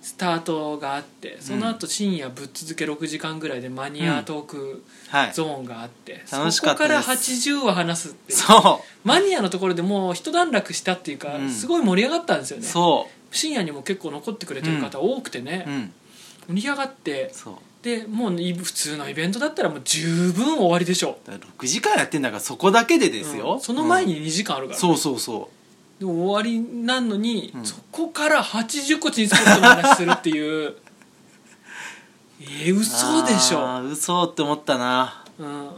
スタートがあってその後深夜ぶっ続け6時間ぐらいでマニアトークん、はいゾーンがあって、楽しそかこったかでらす80は話すっていうそマニアのところでもう一段落したっていうか、うんすごい盛り上がったんですようねそ深夜にも結構残ってくれてる方多くてねう、う、ん、盛り上がってそうでもうい普通のイベントだったらもう十分終わりでしょだから6時間やってんだからそこだけでうですよ、うんその前うに2時間あるんから、そうそうそでも終わりなのに、うんそこから80個チンスポットの話するっていうえー、う嘘でしょ、あー嘘って思ったなうん、うん、うん、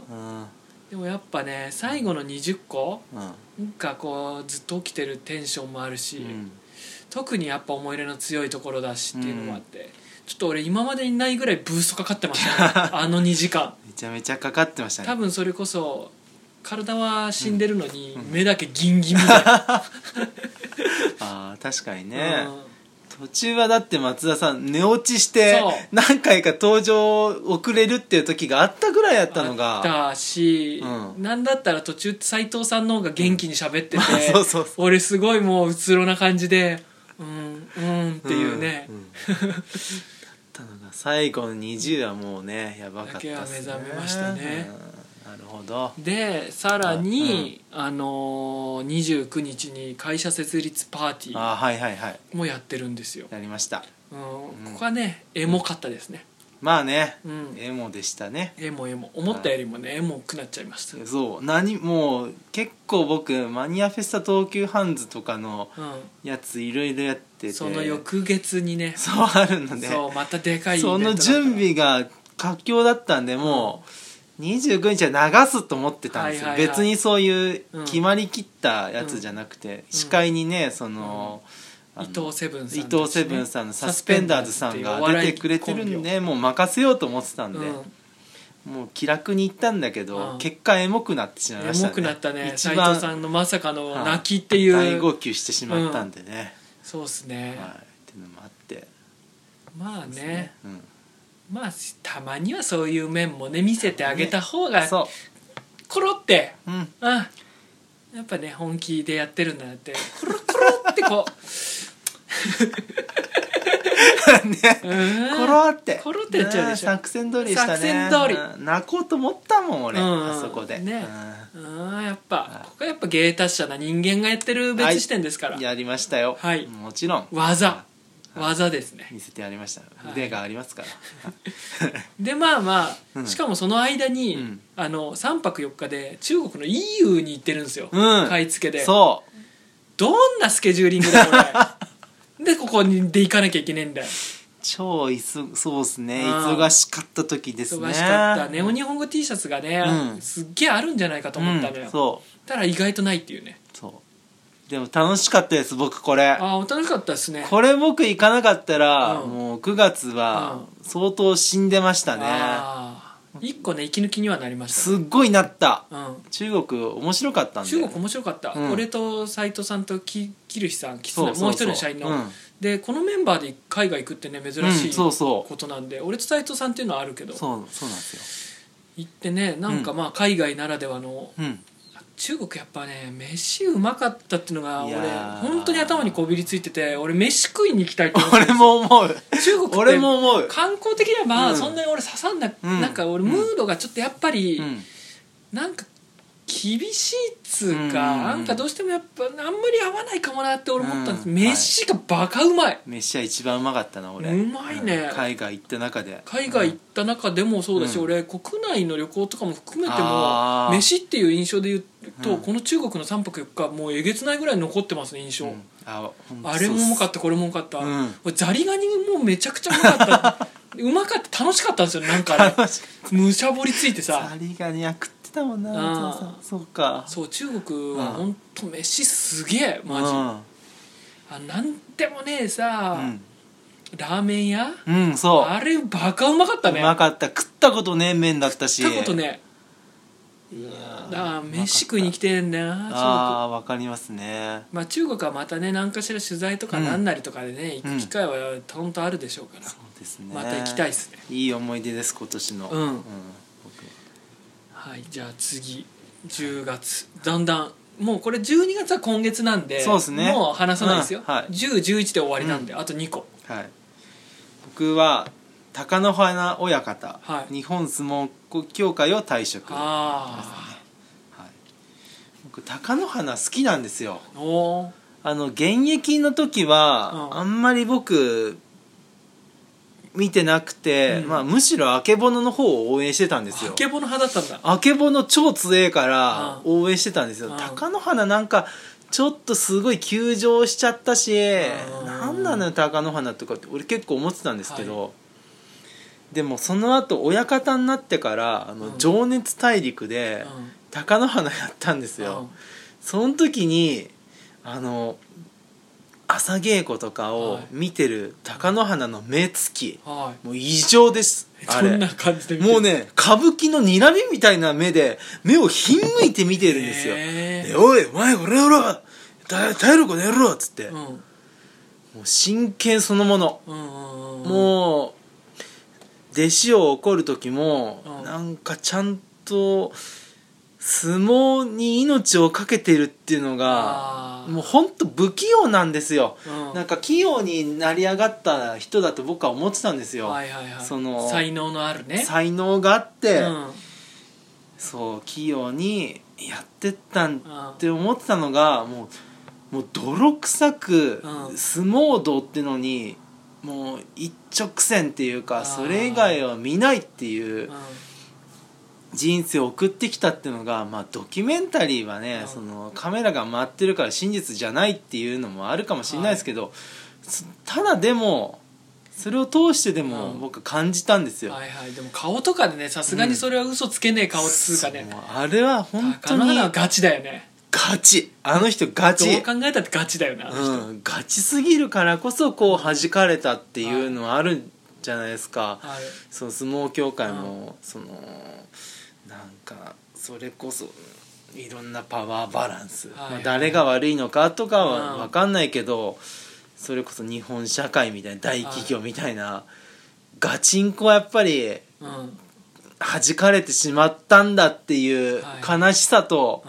でもやっぱね最後の20個なんかこうずっと起きてるテンションもあるし、うん特にやっぱ思い入れの強いところだしっていうのもあって、ちょっと俺今までにないぐらいブーストかかってました <laughs> ねあの2時間めちゃめちゃかかってました多ね分それこそ体は死んでるのに目だけギンギンみたいな、あー確かにね、うん途中はだって松田さん寝落ちしてそう何回か登場遅れるっていう時があったぐらいやったのがあったし、うなんだったら途中斎藤さんの方が元気に喋 <laughs> ってて、 <laughs> そうそうそ俺すごいもううつろな感じでうんうんっていうね、んんだっったのが最後の20はもうねやばかったっすだけは目覚めましたねうんなるほどでさらに、あのー、29日に会社設立パーティーあはいはいはいもやってるんですよ、やりましたうんんここはねエモかったですねまあね、うんエモでしたねエモエモ思ったよりもねエモくなっちゃいましたうんそう何もう結構僕マニアフェスタ東急ハンズとかのやついろいろやっててその翌月にねそうあるのでそうまたでかいイベンそトだのった準備が佳境だったんでもう29日は流すと思ってたんですよ、はいはいはい別にそういううん決まりきったやつじゃなくて、司会にねその、あ伊の藤セブンさんたち伊ね、藤セブンさんのサスペンダーズさんが出てくれてるんでもう任せようと思ってたんで、うんもう気楽に行ったんだけど、うん結果エモくなってしまいましエたねモくなったね一斎番藤さんのまさかのはい泣きっていう、大号泣してしまったんでね、そうですね、はい、っていうのもあってまあねうん、まあしたまにはそういう面もね見せてあげた方がそコロってう、うん、あやっぱね本気でやってるんだなってコロコロってこ <laughs> うねコロってコロってやっちゃうでしょね作戦通りでしたね作戦通りうん泣こうと思ったもん俺、うんあそこで、ねうんやっぱいここはやっぱ芸達者な人間がやってる別視点ですから、うんやりましたよ、はいもちろん技技ですね見せてやりました、い腕がありますからでまあまあ、うんしかもその間に、うんあの3泊4日で中国の EU に行ってるんですよ、うん買い付けでそどんなスケジューリング <laughs> だこれでここにで行かなきゃいけねえんだよう超いそそうですねうん忙しかった時ですね忙しかったネオ日本語 T シャツがね、うんすっげえあるんじゃないかと思ったのよ、うんそうたら意外とないっていうねそうでも楽しかったです僕これああ楽しかったですねこれ僕行かなかったら、うんもう9月は相当死んでましたね、ああ一個ね息抜きにはなりましすっごいなったた、うん、中国面白かったんで中国面白かった、うん俺と斎藤さんときキルヒさんキツそナうそうそうもう一人の社員の、うんでこのメンバーで海外行くってね珍しうんいそうそことなんで俺と斎藤さんっていうのはあるけどうそうそうなんです行ってねなんかまあ海外ならではの、ようん中国やっぱね飯うまかったっていうのがい俺やー本当に頭にこびりついてて俺飯食いに行きたいと思って俺も思 <laughs> う中国って俺も思う、観光的にはまうあんそんなに俺刺さんな、うんなんか俺ムードがちょっとやっぱり、うん、なんか厳しいっつうか、うんなんかどうしてもやっぱあんまり合わないかもなって俺思ったんです、うん飯がバカうまい飯は一番うまかったな俺うまいねん海外行った中で海外行った中でもそうだし、うん俺国内の旅行とかも含めてあもー飯っていう印象で言うと、うんこの中国の3泊4日もうえげつないぐらい残ってますね印象、うんあほんとあれもうまかそったこれもうまかった、うん俺ザリガニもめちゃくちゃうまか <laughs> ったうまかった楽しかったんですよなんかうっあすれ楽しかっむしゃぼりついてたさザリガニは食ってたもんなあー松田さんそうかそう中国はうん本当飯すげえマジ、あなんでもねえさ、ラーメン屋うん、うん、そうあれバカうまかったねうまかった食ったことねえ麺だったし食ったことねいやーだからうまかった飯食いに来てんだよな中国あーわかりますねまあ、中国はまたね何かしら取材とかうんなんなりとかでね、うん行く機会は本当あるでしょうから、そうですねまた行きたいっすねいい思い出です今年のうん僕はいじゃあ次10月だんだんもうこれ12月は今月なんでそうですねもう話さないですよ、うんはい1011で終わりなんで、あと2個はい、僕は貴乃花親方、はい日本相撲協会を退職、はい、あ僕貴乃花好きなんですよあおーあの現役の時は、うんあんまり僕見てなくて、うんまあ、むしろあけぼのの方を応援してたんですよあけぼの派だったんだあけぼの超強えから応援してたんですうよん貴乃花なんかちょっとすごい急上しちゃったしうん何なのよ貴乃花とかって俺結構思ってたんですけど、でもその後親方になってから「あうのん情熱大陸」でうん貴乃花やったんですよ、その時にあの朝稽古とかを見てる貴乃花の目つきうんはもう異常ですいあそれんな感じで見てるもうね歌舞伎の睨みみたいな目で目をひんむいて見てるんですよ「へでーおいお前これやろた体力のやろ!」っつって、うもんう真剣そのもの、うんうんうんもう弟子を怒る時も、うんなんかちゃんと相撲に命を懸けてるっていうのがあーもうほんと不器用なんですようんなんか器用になり上がった人だと僕は思ってたんですよ、はいはいはいその才能のあるね才能があって、うんうんそう器用にやってったんって思ってたのがもうもう泥臭くうん相撲道ってのにもう一直線っていあうーかそれ以外は見ないっていううん人生を送ってきたっていうのがまあドキュメンタリーはうねんそのカメラが回ってるから真実じゃないっていうのもあるかもしれないですけどそただでもそれを通してでもうん僕は感じたんですよ。はいはいでも顔とかでねさすがにそれは嘘つけねえ顔っつうかねそうあれは本当貴乃に花はガチだよねガチあの人ガどチう考えたってガチだよねあの人うん、ガチすぎるからこそこう弾かれたっていうのはあるんじゃないですか、あれその相撲協会も、そのなんかそれこそいろんなパワーバランス、はいまあ、誰が悪いのかとかうはん分かんないけど、それこそ日本社会みたいな大企業みたいな、ガチンコはやっぱりうんうん弾かれてしまったんだっていうはい悲しさと、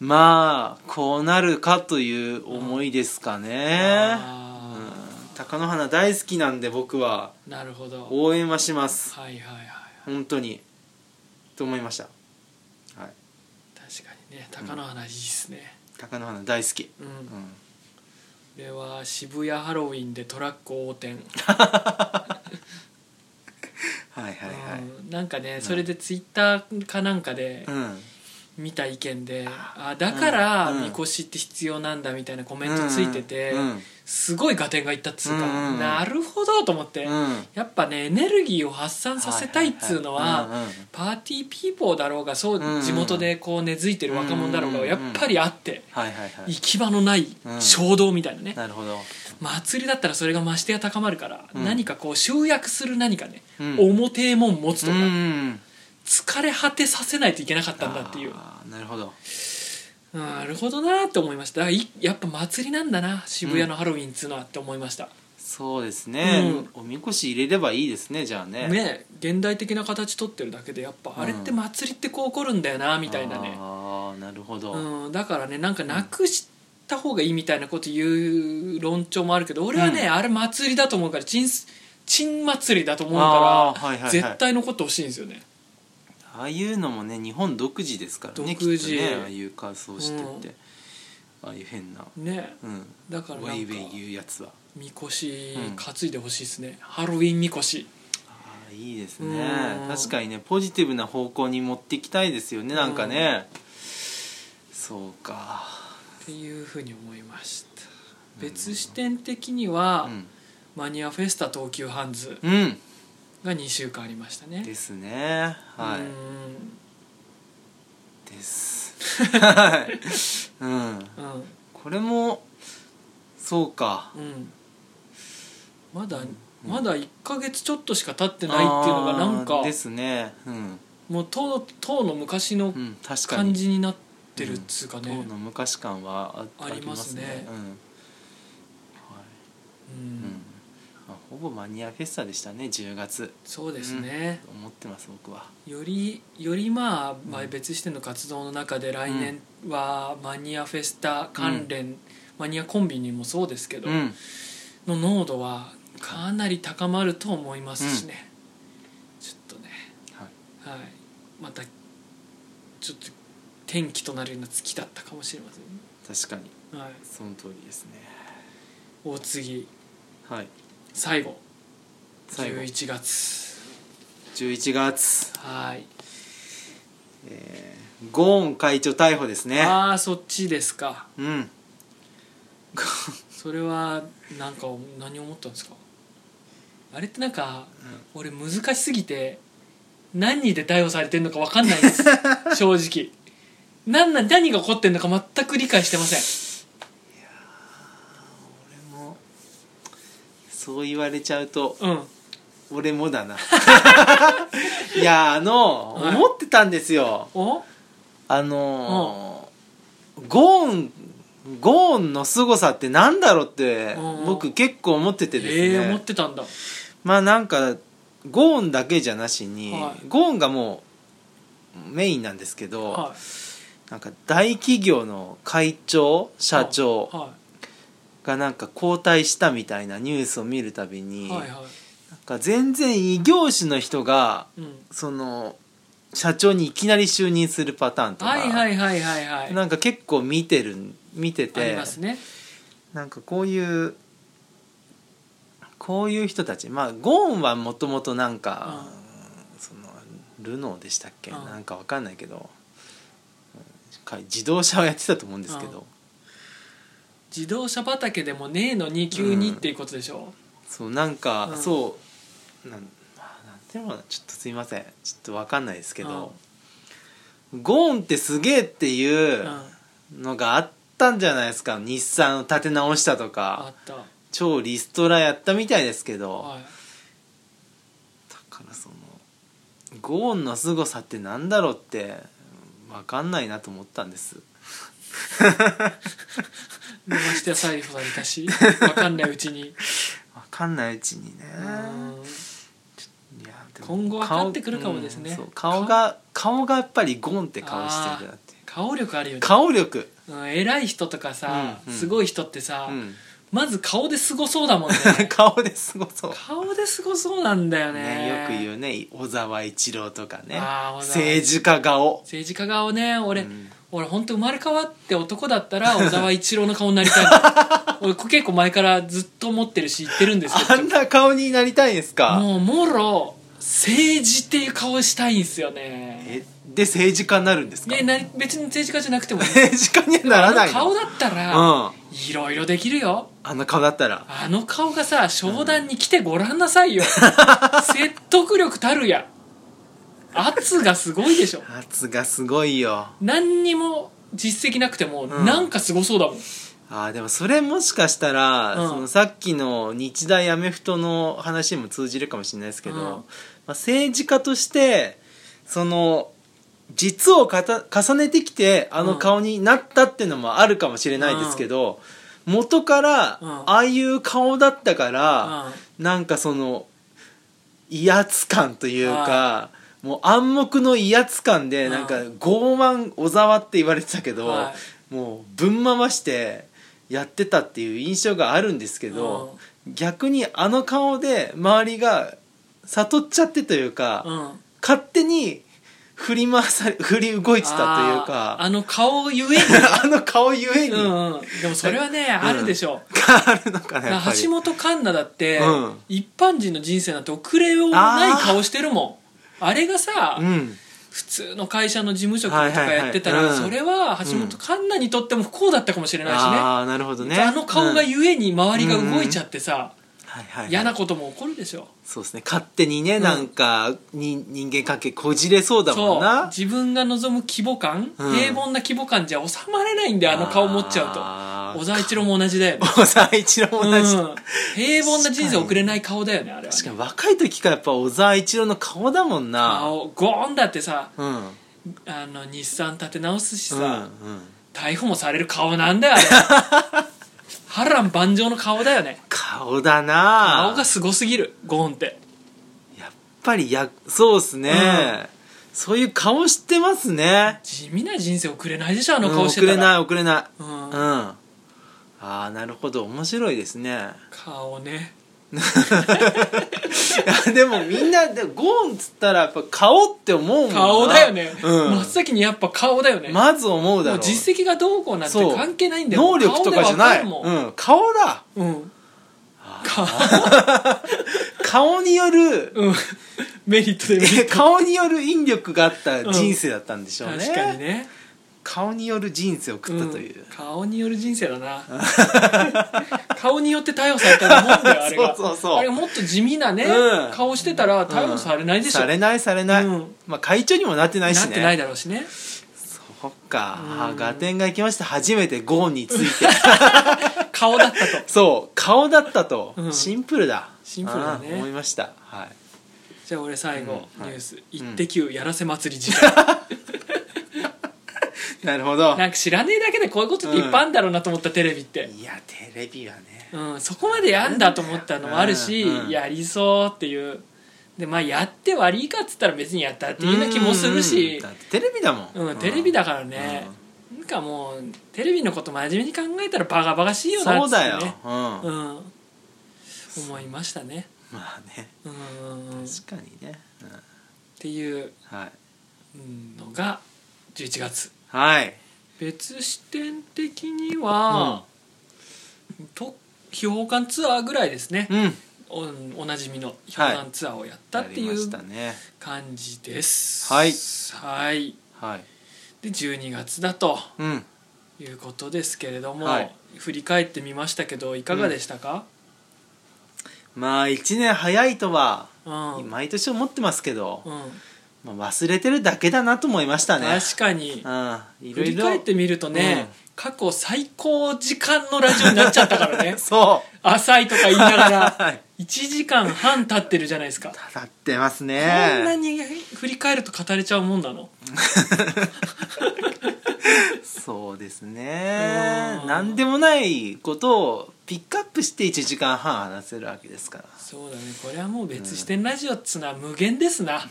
まあこうなるかという思いですかね、あうんー貴乃花大好きなんで僕はなるほどはい応援はしますはいはい本当にと思いました、はい、確かにね貴乃花いいっすね貴乃花大好き、うんうん、これは渋谷ハロウィンでトラック横転はいはいはいうんなんかねそれでツイッターかなんかでうん見た意見であだからうんみこしって必要なんだみたいなコメントついててうんすごい合点がいったっつうかうんうんなるほどと思ってうんやっぱねエネルギーを発散させたいっつうのいははいはいパーティーピーポーだろうがそううんうん地元でこう根付いてる若者だろううんがうんやっぱりあってはいはいはい行き場のない衝動みたいなねなるほど祭りだったらそれが増してや高まるからうん何かこう集約する何かねうん表門持つとうかん疲れ果てさせないといけなかったんだっていうあーなるほどうんなるほどなって思いましただからいやっぱ祭りなんだな渋谷のハロウィンっつうのはって思いました、そうですね、うおみこし入れればいいですねじゃあねね現代的な形取ってるだけでやっぱあれって祭りってこう起こるんだよなみたいなね、ああなるほど、うん、だからねなんかなくした方がいいみたいなこと言う論調もあるけど俺はね、うあれ祭りだと思うからチンスチン祭りだと思うあかーら、はいはいはい絶対残ってほしいんですよねああいうのもね日本独自ですからね独自きっとねああいう仮装してって、ああいう変な、ねうん、だからウなェイんウかェイ言うやつはみこしうん担いでほしいですね、ハロウィンみこしああいいですねうん確かにねポジティブな方向に持っていきたいですよねなんかねそうかっていうふうに思いました別視点的には、うん、マニアフェスタ東急ハンズうん、が2週間ありましたねですねはういんですはい、うん、うんこれもそうかうんまだ、まだ1か月ちょっとしか経ってないっていうのがなんあかーですねうん、もうとうとうの昔のうん、確かに感じになってるっつうかね、当の昔感はあありますねありうんはいうんうんまあ、ほぼマニアフェスタでしたね10月そうですね、思ってます僕はよりよりまあ、まあ、別視点の活動の中で来年はマニアフェスタ関連、マニアコンビニもそうですけど、うんの濃度はかなり高まると思いますしね、ちょっとねはいはいまたちょっと天気となるような月だったかもしれませんね確かにはい、その通りですね大次はい最後最後11月11月、はいえーゴーン会長逮捕ですねああそっちですかうんそれはなんか何を思ったんですかあれってなんか、俺難しすぎて何で逮捕されてんのか分かんないです <laughs> 正直何なん何が起こってんのか全く理解してません俺もそう言われちゃうとうん俺も <laughs> だないやーあの、はい思ってたんですよおあのーゴーンゴーンの凄さってなんだろうってうんうん僕結構思っててですね、ええ思ってたんだまあなんかゴーンだけじゃなしに、はいゴーンがもうメインなんですけど、はなんか大企業の会長社長いはがなんか交代したみたいなニュースを見るたびいに、はいはなんか全然異業種の人がいうんその社長にいきなり就任するパターンとか、はいはいはいはいはいなんか結構見てる見てありてますねなんかこういうこういう人たちまあゴーンはもともとなんか、そのルノーでしたっけ、うんなんかわかんないけどうんか自動車をやってたと思うんですけど、うん自動車畑でもねえのに急にっていうことでしょそうなんか、うんそうなんまあなんていうのかなちょっとすいませんちょっとわかんないですけど、ゴーンってすげえっていううんのがあったんじゃないですか日産を立て直したとあかった超リストラやったみたいですけど、はいだからそのゴーンの凄さってなんだろうって分かんないなと思ったんです伸ばして最後された <laughs> し分かんないうちに分かんないうちにねうんいやでも今後分かってくるかもですね顔,うん、そう顔が顔がやっぱりゴーンって顔してるなって顔力あるよね顔力、うん偉い人とかさうんうんすごい人ってさうん、 <laughs> まず顔ですごそうだもんね顔ですごそう顔ですごそうなんだよねねよく言うね小沢一郎とかねあー小沢政治家顔政治家顔ね俺、うん俺本当生まれ変わって男だったら小沢一郎の顔になりた <laughs> いの俺結構前からずっと思ってるし言ってるんですけあんな顔になりたいんですどかもうもろ政治っていう顔したいんすよねえで政治家になるんですか、ねな別に政治家じゃなくてもね政治家にはならないの顔だったらうんいろいろできるよあの顔だったらあの顔がさ商談に来てごらんなさ <laughs> いよ説得力たるや圧がすごいでしょ圧がすごいよ何にも実績なくてもうんなんかすごそうだもん、あーでもそれもしかしたら、うんそのさっきの日大アメフトの話にも通じるかもしれないですけど、うんまあ、政治家としてその実をかた重ねてきてあの顔になったっていうのもあるかもしれないですけど、元からうんああいう顔だったから、うんなんかその威圧感というか。もう暗黙の威圧感でなんかう傲慢小沢って言われてたけど、はもうぶん回してやってたっていう印象があるんですけど、逆にあの顔で周りが悟っちゃってというか、うん勝手に振り回され振り動いてたというあーあかの顔ゆえ <laughs> あの顔ゆえにに、うがん、うん、でもそれはね、あるでしょうあるのかなやっぱり橋本環奈だって、うん一般人の人生なんて遅れようもない顔してるもんあれがさ、うん普通の会社の事務職とかやってたら、はいはいはいうんそれは橋本環奈にとっても不幸だったかもしれないしね、ああなるほどねあの顔がうんゆえに周りが動いちゃってさ、はいはいはい嫌なことも起こるでしょそうですね勝手にね、なんかに人間関係こじれそうだもんそうな自分が望む規模感、うん平凡な規模感じゃ収まれないんだよあの顔持っちゃうあとー小沢一郎も同じだよね小沢一郎も <laughs> 同じ、うん、平凡な人生送れない顔だよねあれはね確かに若い時からやっぱ小沢一郎の顔だもんな顔ゴーンだってさうんあの日産立て直すしうさ、んうん逮捕もされる顔なんだよあれ <laughs> 波乱万丈の顔だよね顔だな顔がすごすぎるゴーンってやっぱりやそうっすね、うんそういう顔してますね地味な人生送れないでしょあのうん顔して遅たれら、ない遅れなういんうん、ああなるほど面白いですね <laughs> 顔ねいやでもみんなでゴーンっつったらやっぱ顔って思うもんな顔だよね、うん真っ先にやっぱ顔だよね、まず思うだもうろう実績がどうこうなんてそう関係ないんだよ能力とかじゃない、顔でわうかるもん、ん、顔だうん顔顔によるうん <laughs> メリットでメリッ <laughs> 顔による引力があった人生だったんでしょトうね、確かにね顔による人生を送ったという、ん顔による人生だな <laughs> 顔によって逮捕されたと思うんだよあれが <laughs> そうそうそうあれもっと地味なね、うん顔してたら逮捕されないでしょ、されないされない、うんまあ会長にもなってないしなねってないだろうしねそっか、うんガテンが行きまして初めてゴーンについて <laughs> 顔だったとそう顔だったと、うんシンプルだシンプルだねああ思いましたはいじゃあ俺最後、うんはいニュース「イんッテ Q やらせ祭り時 <laughs> 間」なるほどなんか知らねえだけでこういうことっていっぱいあるんだろうなと思ったテレビって、いやテレビはねうん、そこまでやんだと思ったのもあるし、うんうんやりそうっていうでまあやって悪いかっつったら別にやったっていうような気もするうんしだってテレビだもん、うん、テレビだからね、なんかもうテレビのこと真面目に考えたらバカバカしいうんよなそっうつってだよ、ねうん、まうん思いましたねあねうんうんうんっ確かにね、うん、ていうはいのが11月はい別視点的には、と秘宝館ツアーぐらいですね、うんおおなじみの秘宝館ツアーをやったっていやりうましたね感じですはいはいはいで12月だとうんいうことですけれども、はい振り返ってみましたけどいかがでしたか、まあ1年早いとはうんうん毎年思ってますけど、まあ、忘れてるだけだなと思いましたね確かにうんい振ろいりろ返ってみるとね、うん過去最高時間のラジオになっちゃったから <laughs> ねそ浅いとか言いながうらはい1時間半経ってるじゃないですかただってますこんなねに振り返ると語れちゃうもんなのそうですねうん何でもないことをピックアップして1時間半話せるわけです <laughs> からそうだねこれはもう別視点ラジオっつのは無限ですな、 <laughs>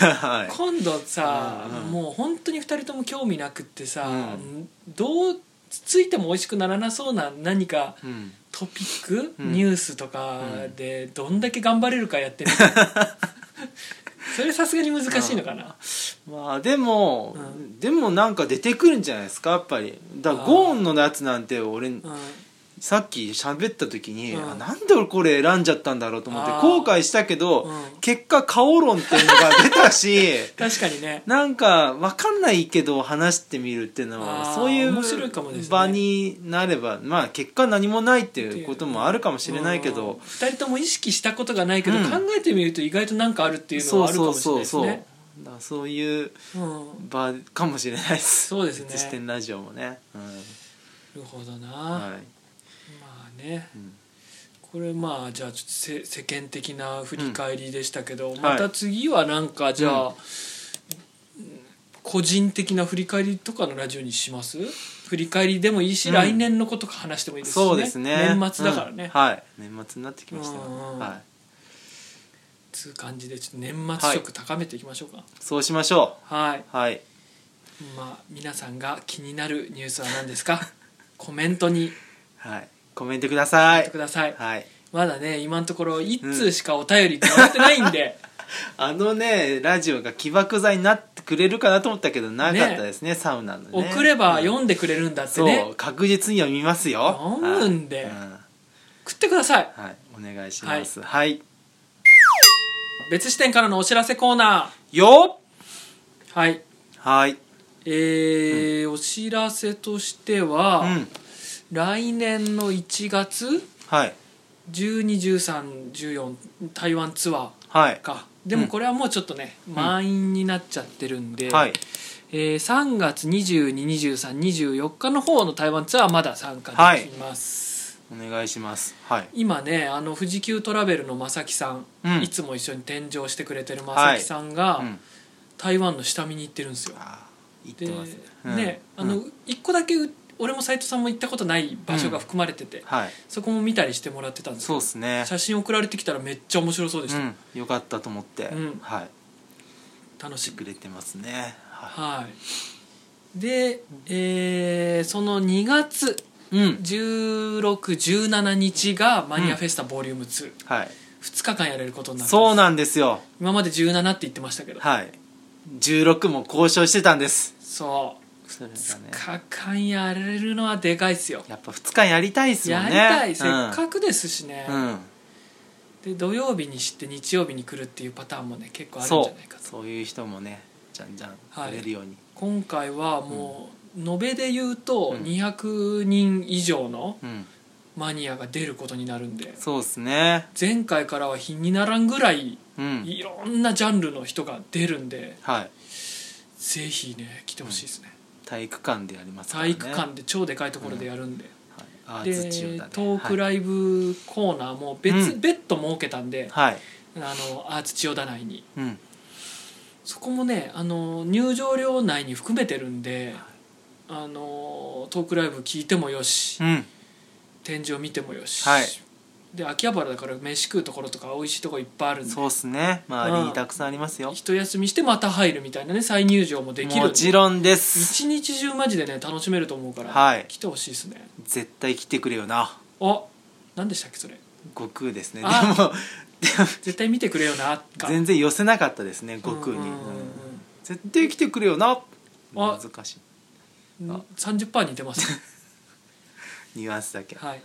はい今度さ、うんうんもう本当に2人とも興味なくってさ、うどうついても美味しくならなそうな何かうんトピック、うんニュースとかでどんだけ頑張れるかやって <laughs> みるそれさすがに難しいのかな、まあでも、うんでもなんか出てくるんじゃないですかやっぱりだからあーゴーンのやつなんて俺うんさっき喋った時に、うんあなんで俺これ選んじゃったんだろうと思ってあー後悔したけど、うん結果カオロンっていうのが出たし <laughs> 確かにねなんか分かんないけど話してみるっていうのあはーそうい面白いかもですうね場になれば、まあ結果何もないっていうこともあるかもしれないけど、 2人とも意識したことがないけど、うん考えてみると意外と何かあるっていうのそはうあるかそもしれないうそうですそう、ねだからそういううん場かもしれないですそうですね別視点ラジオもね、うんなるほどな、はいまあね、うんこれまあじゃあちょっとせ世間的な振り返りでしたけど、んまた次はなんかじゃあ、個人的な振り返りとかのラジオにします振り返りでもいいし、うん来年のことか話してもいいですし、ね、そうですね年末だからうんね、はい年末になってきましたようんうんうんはいつう感じでちょっと年末色高めていきましょうかそうしましょはいうはいまあ皆さんが気になるニュースは何ですかコメントにはいコメントくださ言っていください、はいまだね今のところ1通しかお便りもらってないんで、あのねラジオが起爆剤になってくれるかなと思ったけどなかったですねサウナのね送ればうん読んでくれるんだってね、そう確実に読みますよ読むんではい食ってくださいうんはいお願いしますはい別視点からのお知らせコーナよっーはいはいえーお知らせとしては、うん来年の1月はい121314台湾ツアはいーかでもうんこれはもうちょっとね、満員になっちゃってるんで、はいえー3月222324日の方の台湾ツアーはまだ参加できます、お願いしますはい今ねあの富士急トラベルの正木さん、うんいつも一緒に添乗してくれてる正木さんが、うん台湾の下見に行ってるんですよあーで言ってますうんねあうのん一個だけう俺も斎藤さんも行ったことない場所が含まれてて、はいそこも見たりしてもらってたんですけそうどですね写真送られてきたらめっちゃ面白そうでしうた、んよかったと思ってうんはい楽ししてくくれてますねははいで、えーその2月いうん1617日がマニアフェスタボリューム22、はい2日間やれることになるそうなんですよ今まで17って言ってましたけどはい16も交渉してたんですそうそれがね2日間やれるのはでかいっすよやっぱ2日やりたいですもんやねりたい、うんせっかくですしね、うんで土曜日に知って日曜日に来るっていうパターンもね結構あるんじそゃないかうとそういう人もねじゃんじゃんはい来れるように今回はもう延べで言うとうん200人以上のうんマニアが出ることになるんでそうですね前回からは日にならんぐらいうんいろんなジャンルの人が出るんではいぜひね来てほしいですね体育館でやりますから体ね育館で超でかいところでやるんではいアーツでチューだねトークライブコーナーも別うん別途設けたんではいはいあのアーツ千代田内にうんそこもねあの入場料内に含めてるんで、あのトークライブ聞いてもよし、うん展示を見てもよし、はいで秋葉原だから飯食うところとか美味しいとこいっぱいあるんでそうっすね周りうんにたくさんありますよ一休みしてまた入るみたいなね再入場もできるもんでちろんです一日中マジでね楽しめると思うから、はい来てほしいですね絶対来てくれよなあ何でしたっけそれ悟空ですねであも絶対見てくれよなか全然寄せなかったですね悟空に、うんうん絶対来てくれよなあ難しいうんうん30%似てます <laughs> ニュアンスだけ、はい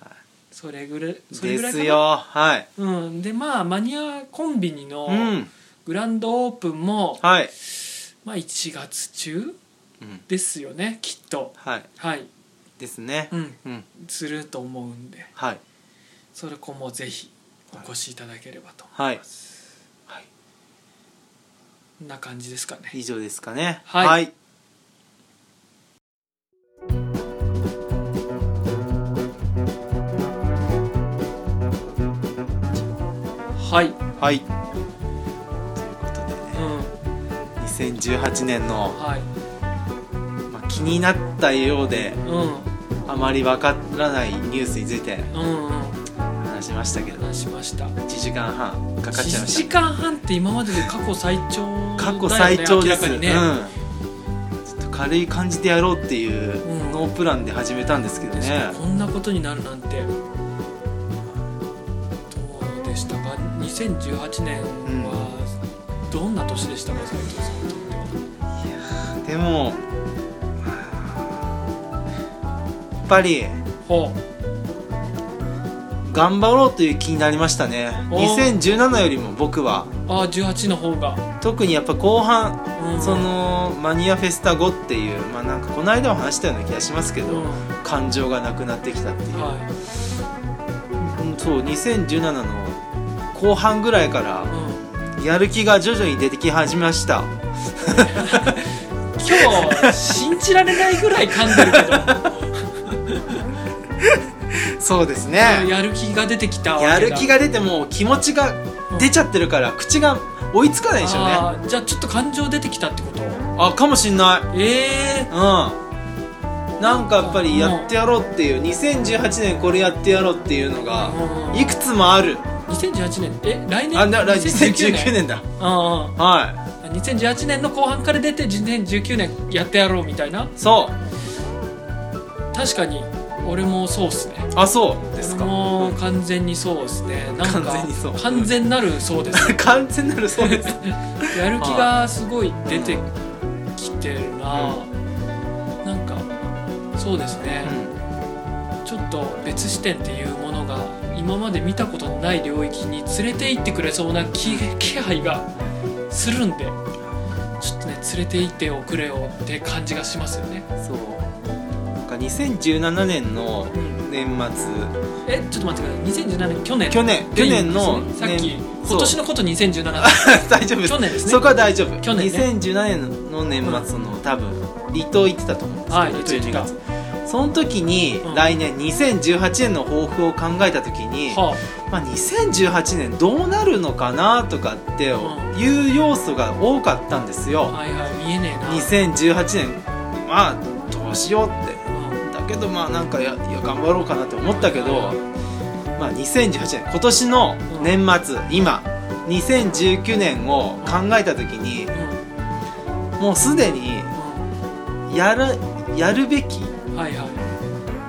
それぐらいそれでぐらいかなすよはいうん、でまあマニアコンビニのうんグランドオープンも、はい、まあ、1月中うん、ですよねきっとはいはい、ですねうん、うんすると思うんではいそれこもぜひお越しいただければとは思いいます、はいこんな感じですかね以上ですかねはいはい、うん、はい、ということでね2018年の、はいまあ、気になったようでうあまりわからないニュースについてんうんうん話しましたけど1話しました時間半かかっちゃいま1し時間半って今までで過去最長だよねた過去最長明でらす、かにね、うん、ちょっと軽い感じでやろうっていううんノープランで始めたんですけどね、こんなことになるなんてどうでしたか2018年はどんな年でしたか斉藤さんにとってはでもやっぱりほ頑張ろうという気になりましたねお2017よりも僕はうああ18の方が、特にやっぱ後半うんそのマニアフェスタ後っていうまあなんかこの間も話したような気がしますけうんど感情がなくなってきたっていう、はうんそう2017の後半ぐらいかい、うらんやる気が徐々に出てき始めました今日信じられないぐらい噛んでるけどそうですうんねやる気が出てきたわけだやる気が出てもう気持ちが出ちゃってるから口が追いつかないでしょうねあーじゃあちょっと感情出てきたってことあかもしんないええうんなんかやっぱりやってやろうっていう2018年これやってやろうっていうのがうんいくつもある2018年え来年あな来2019 2019年年だうんうんは2018年の後半から出て2019年やってやろうみたいないそう確かに俺もそうっすねあそうです俺かも完全にそうっすねなんか完全にそう完全なるそうです <laughs> 完全なるそう <laughs> ですやる気がすごい出てきてるな、なんかそうですね、ちょっと別視点っていうものが今まで見たことのない領域に連れて行ってくれそうな気気配がするんでちょっとね連れて行っておくれよって感じがしますよね、そうなんか2017年のうん年末えちょっと待ってください2017年去年去年去年のでいいんですねさっき年今年のこと2017年 <laughs> 大丈夫です去年ですねそこは大丈夫去年ね2017年の年末の多分離島行ってたと思うんはいですけど、離島行ってた12月その時に、うん来年2018年の抱負を考えた時に、はまあ、2018年どうなるのかなとかってうんいう要素が多かったんですあよはいはい見えねえな2018年まあどうしようってだけどまあなんかやいや頑張ろうかなって思ったけど、まあ、2018年今年の年末、今2019年を考えた時にうんもうすでにうやるやるべきんうんはいは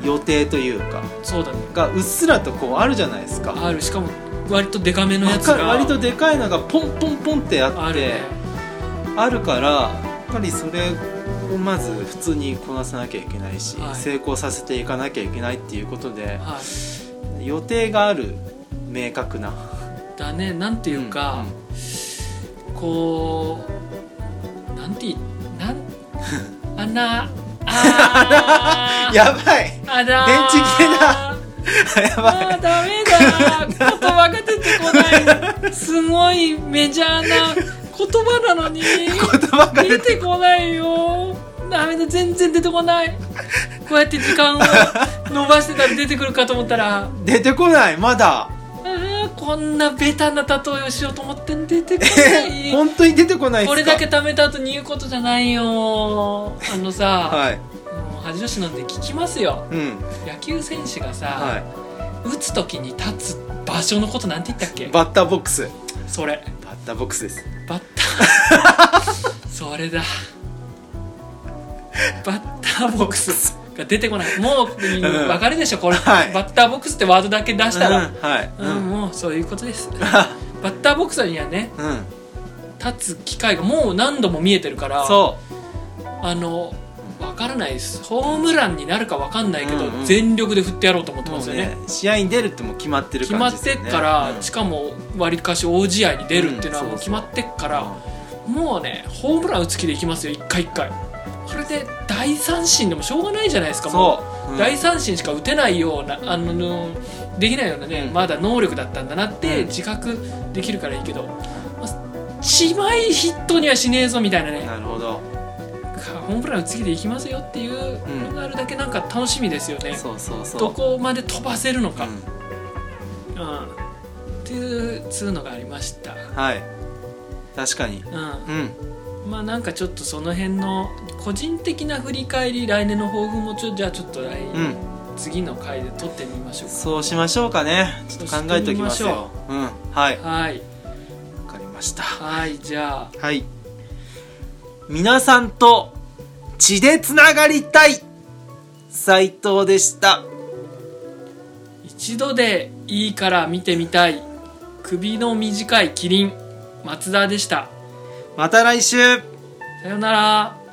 い予定というかそうだねがうっすらとこうあるじゃないですかあるしかも割とデカめのやつわかが割とでかいのがポンポンポンってあってあるねあるからやっぱりそれをまず普通にこなさなきゃいけないし、はい成功させていかなきゃいけないっていうことではい予定がある明確な。だねなんていうか、こうなんていなん <laughs> あなあうんーやばいあらー電池切れだやばいあーダメだ言葉が出てこないすごいメジャーな言葉なのに言葉が出出ててこないよダメだ全然出てこないこうやって時間を伸ばしてたら出てくるかと思ったら出てこないまだあーこんなベタな例えをしようと思って出てこない本当に出てこないっすかこれだけ貯めた後に言うことじゃないよあのさ、はいもう恥を忍んで聞きますようん野球選手がさ、はい打つ時に立つ場所のことなんて言ったっけバッターボックスそれバッターボックスですバッ <laughs> ターそれだバッターボックスが出てこないもううん分かるでしょこれ、はいバッターボックスってワードだけ出したら、うんはいうんもうそういうことですあバッターボックスにはね <laughs> うん、立つ機会がもう何度も見えてるからそあの分からないですホームランになるか分かんないけど、うんうん全力で振ってやろうと思ってうまもすうよねね試合に出るってもう決まってる決感まじっでてす、ね、っから、うんしかもわりかし大試合に出るっていうのはうんもうそ決うそまうってっから、もうねホームラン打つ気でいきますよ一回一回これで大三振でもしょうがないじゃないですかもそう、う、うん大三振しか打てないようなあののできないようなね、うんまだ能力だったんだなってうん自覚できるからいいけど、まあしまいヒットにはしねえぞみたいなねなるほどホームラン打つ気でいきますよっていうのがあるだけなんか楽しみですよね、そうそうそうどこまで飛ばせるのか、ううん、っていうつうのがありました、んはい確かにううんん、まあなんかちょっとその辺の個人的な振り返り来年の抱負もちょじゃあちょっと来、うん次の回で撮ってみましょうそうしましょうかねちょっと考えておきますようんはいわかはいかりましたはいじゃあはい皆さんと血でつながりたい斉藤でした一度でいいから見てみたい首の短いキリン松田でしたまた来週さようなら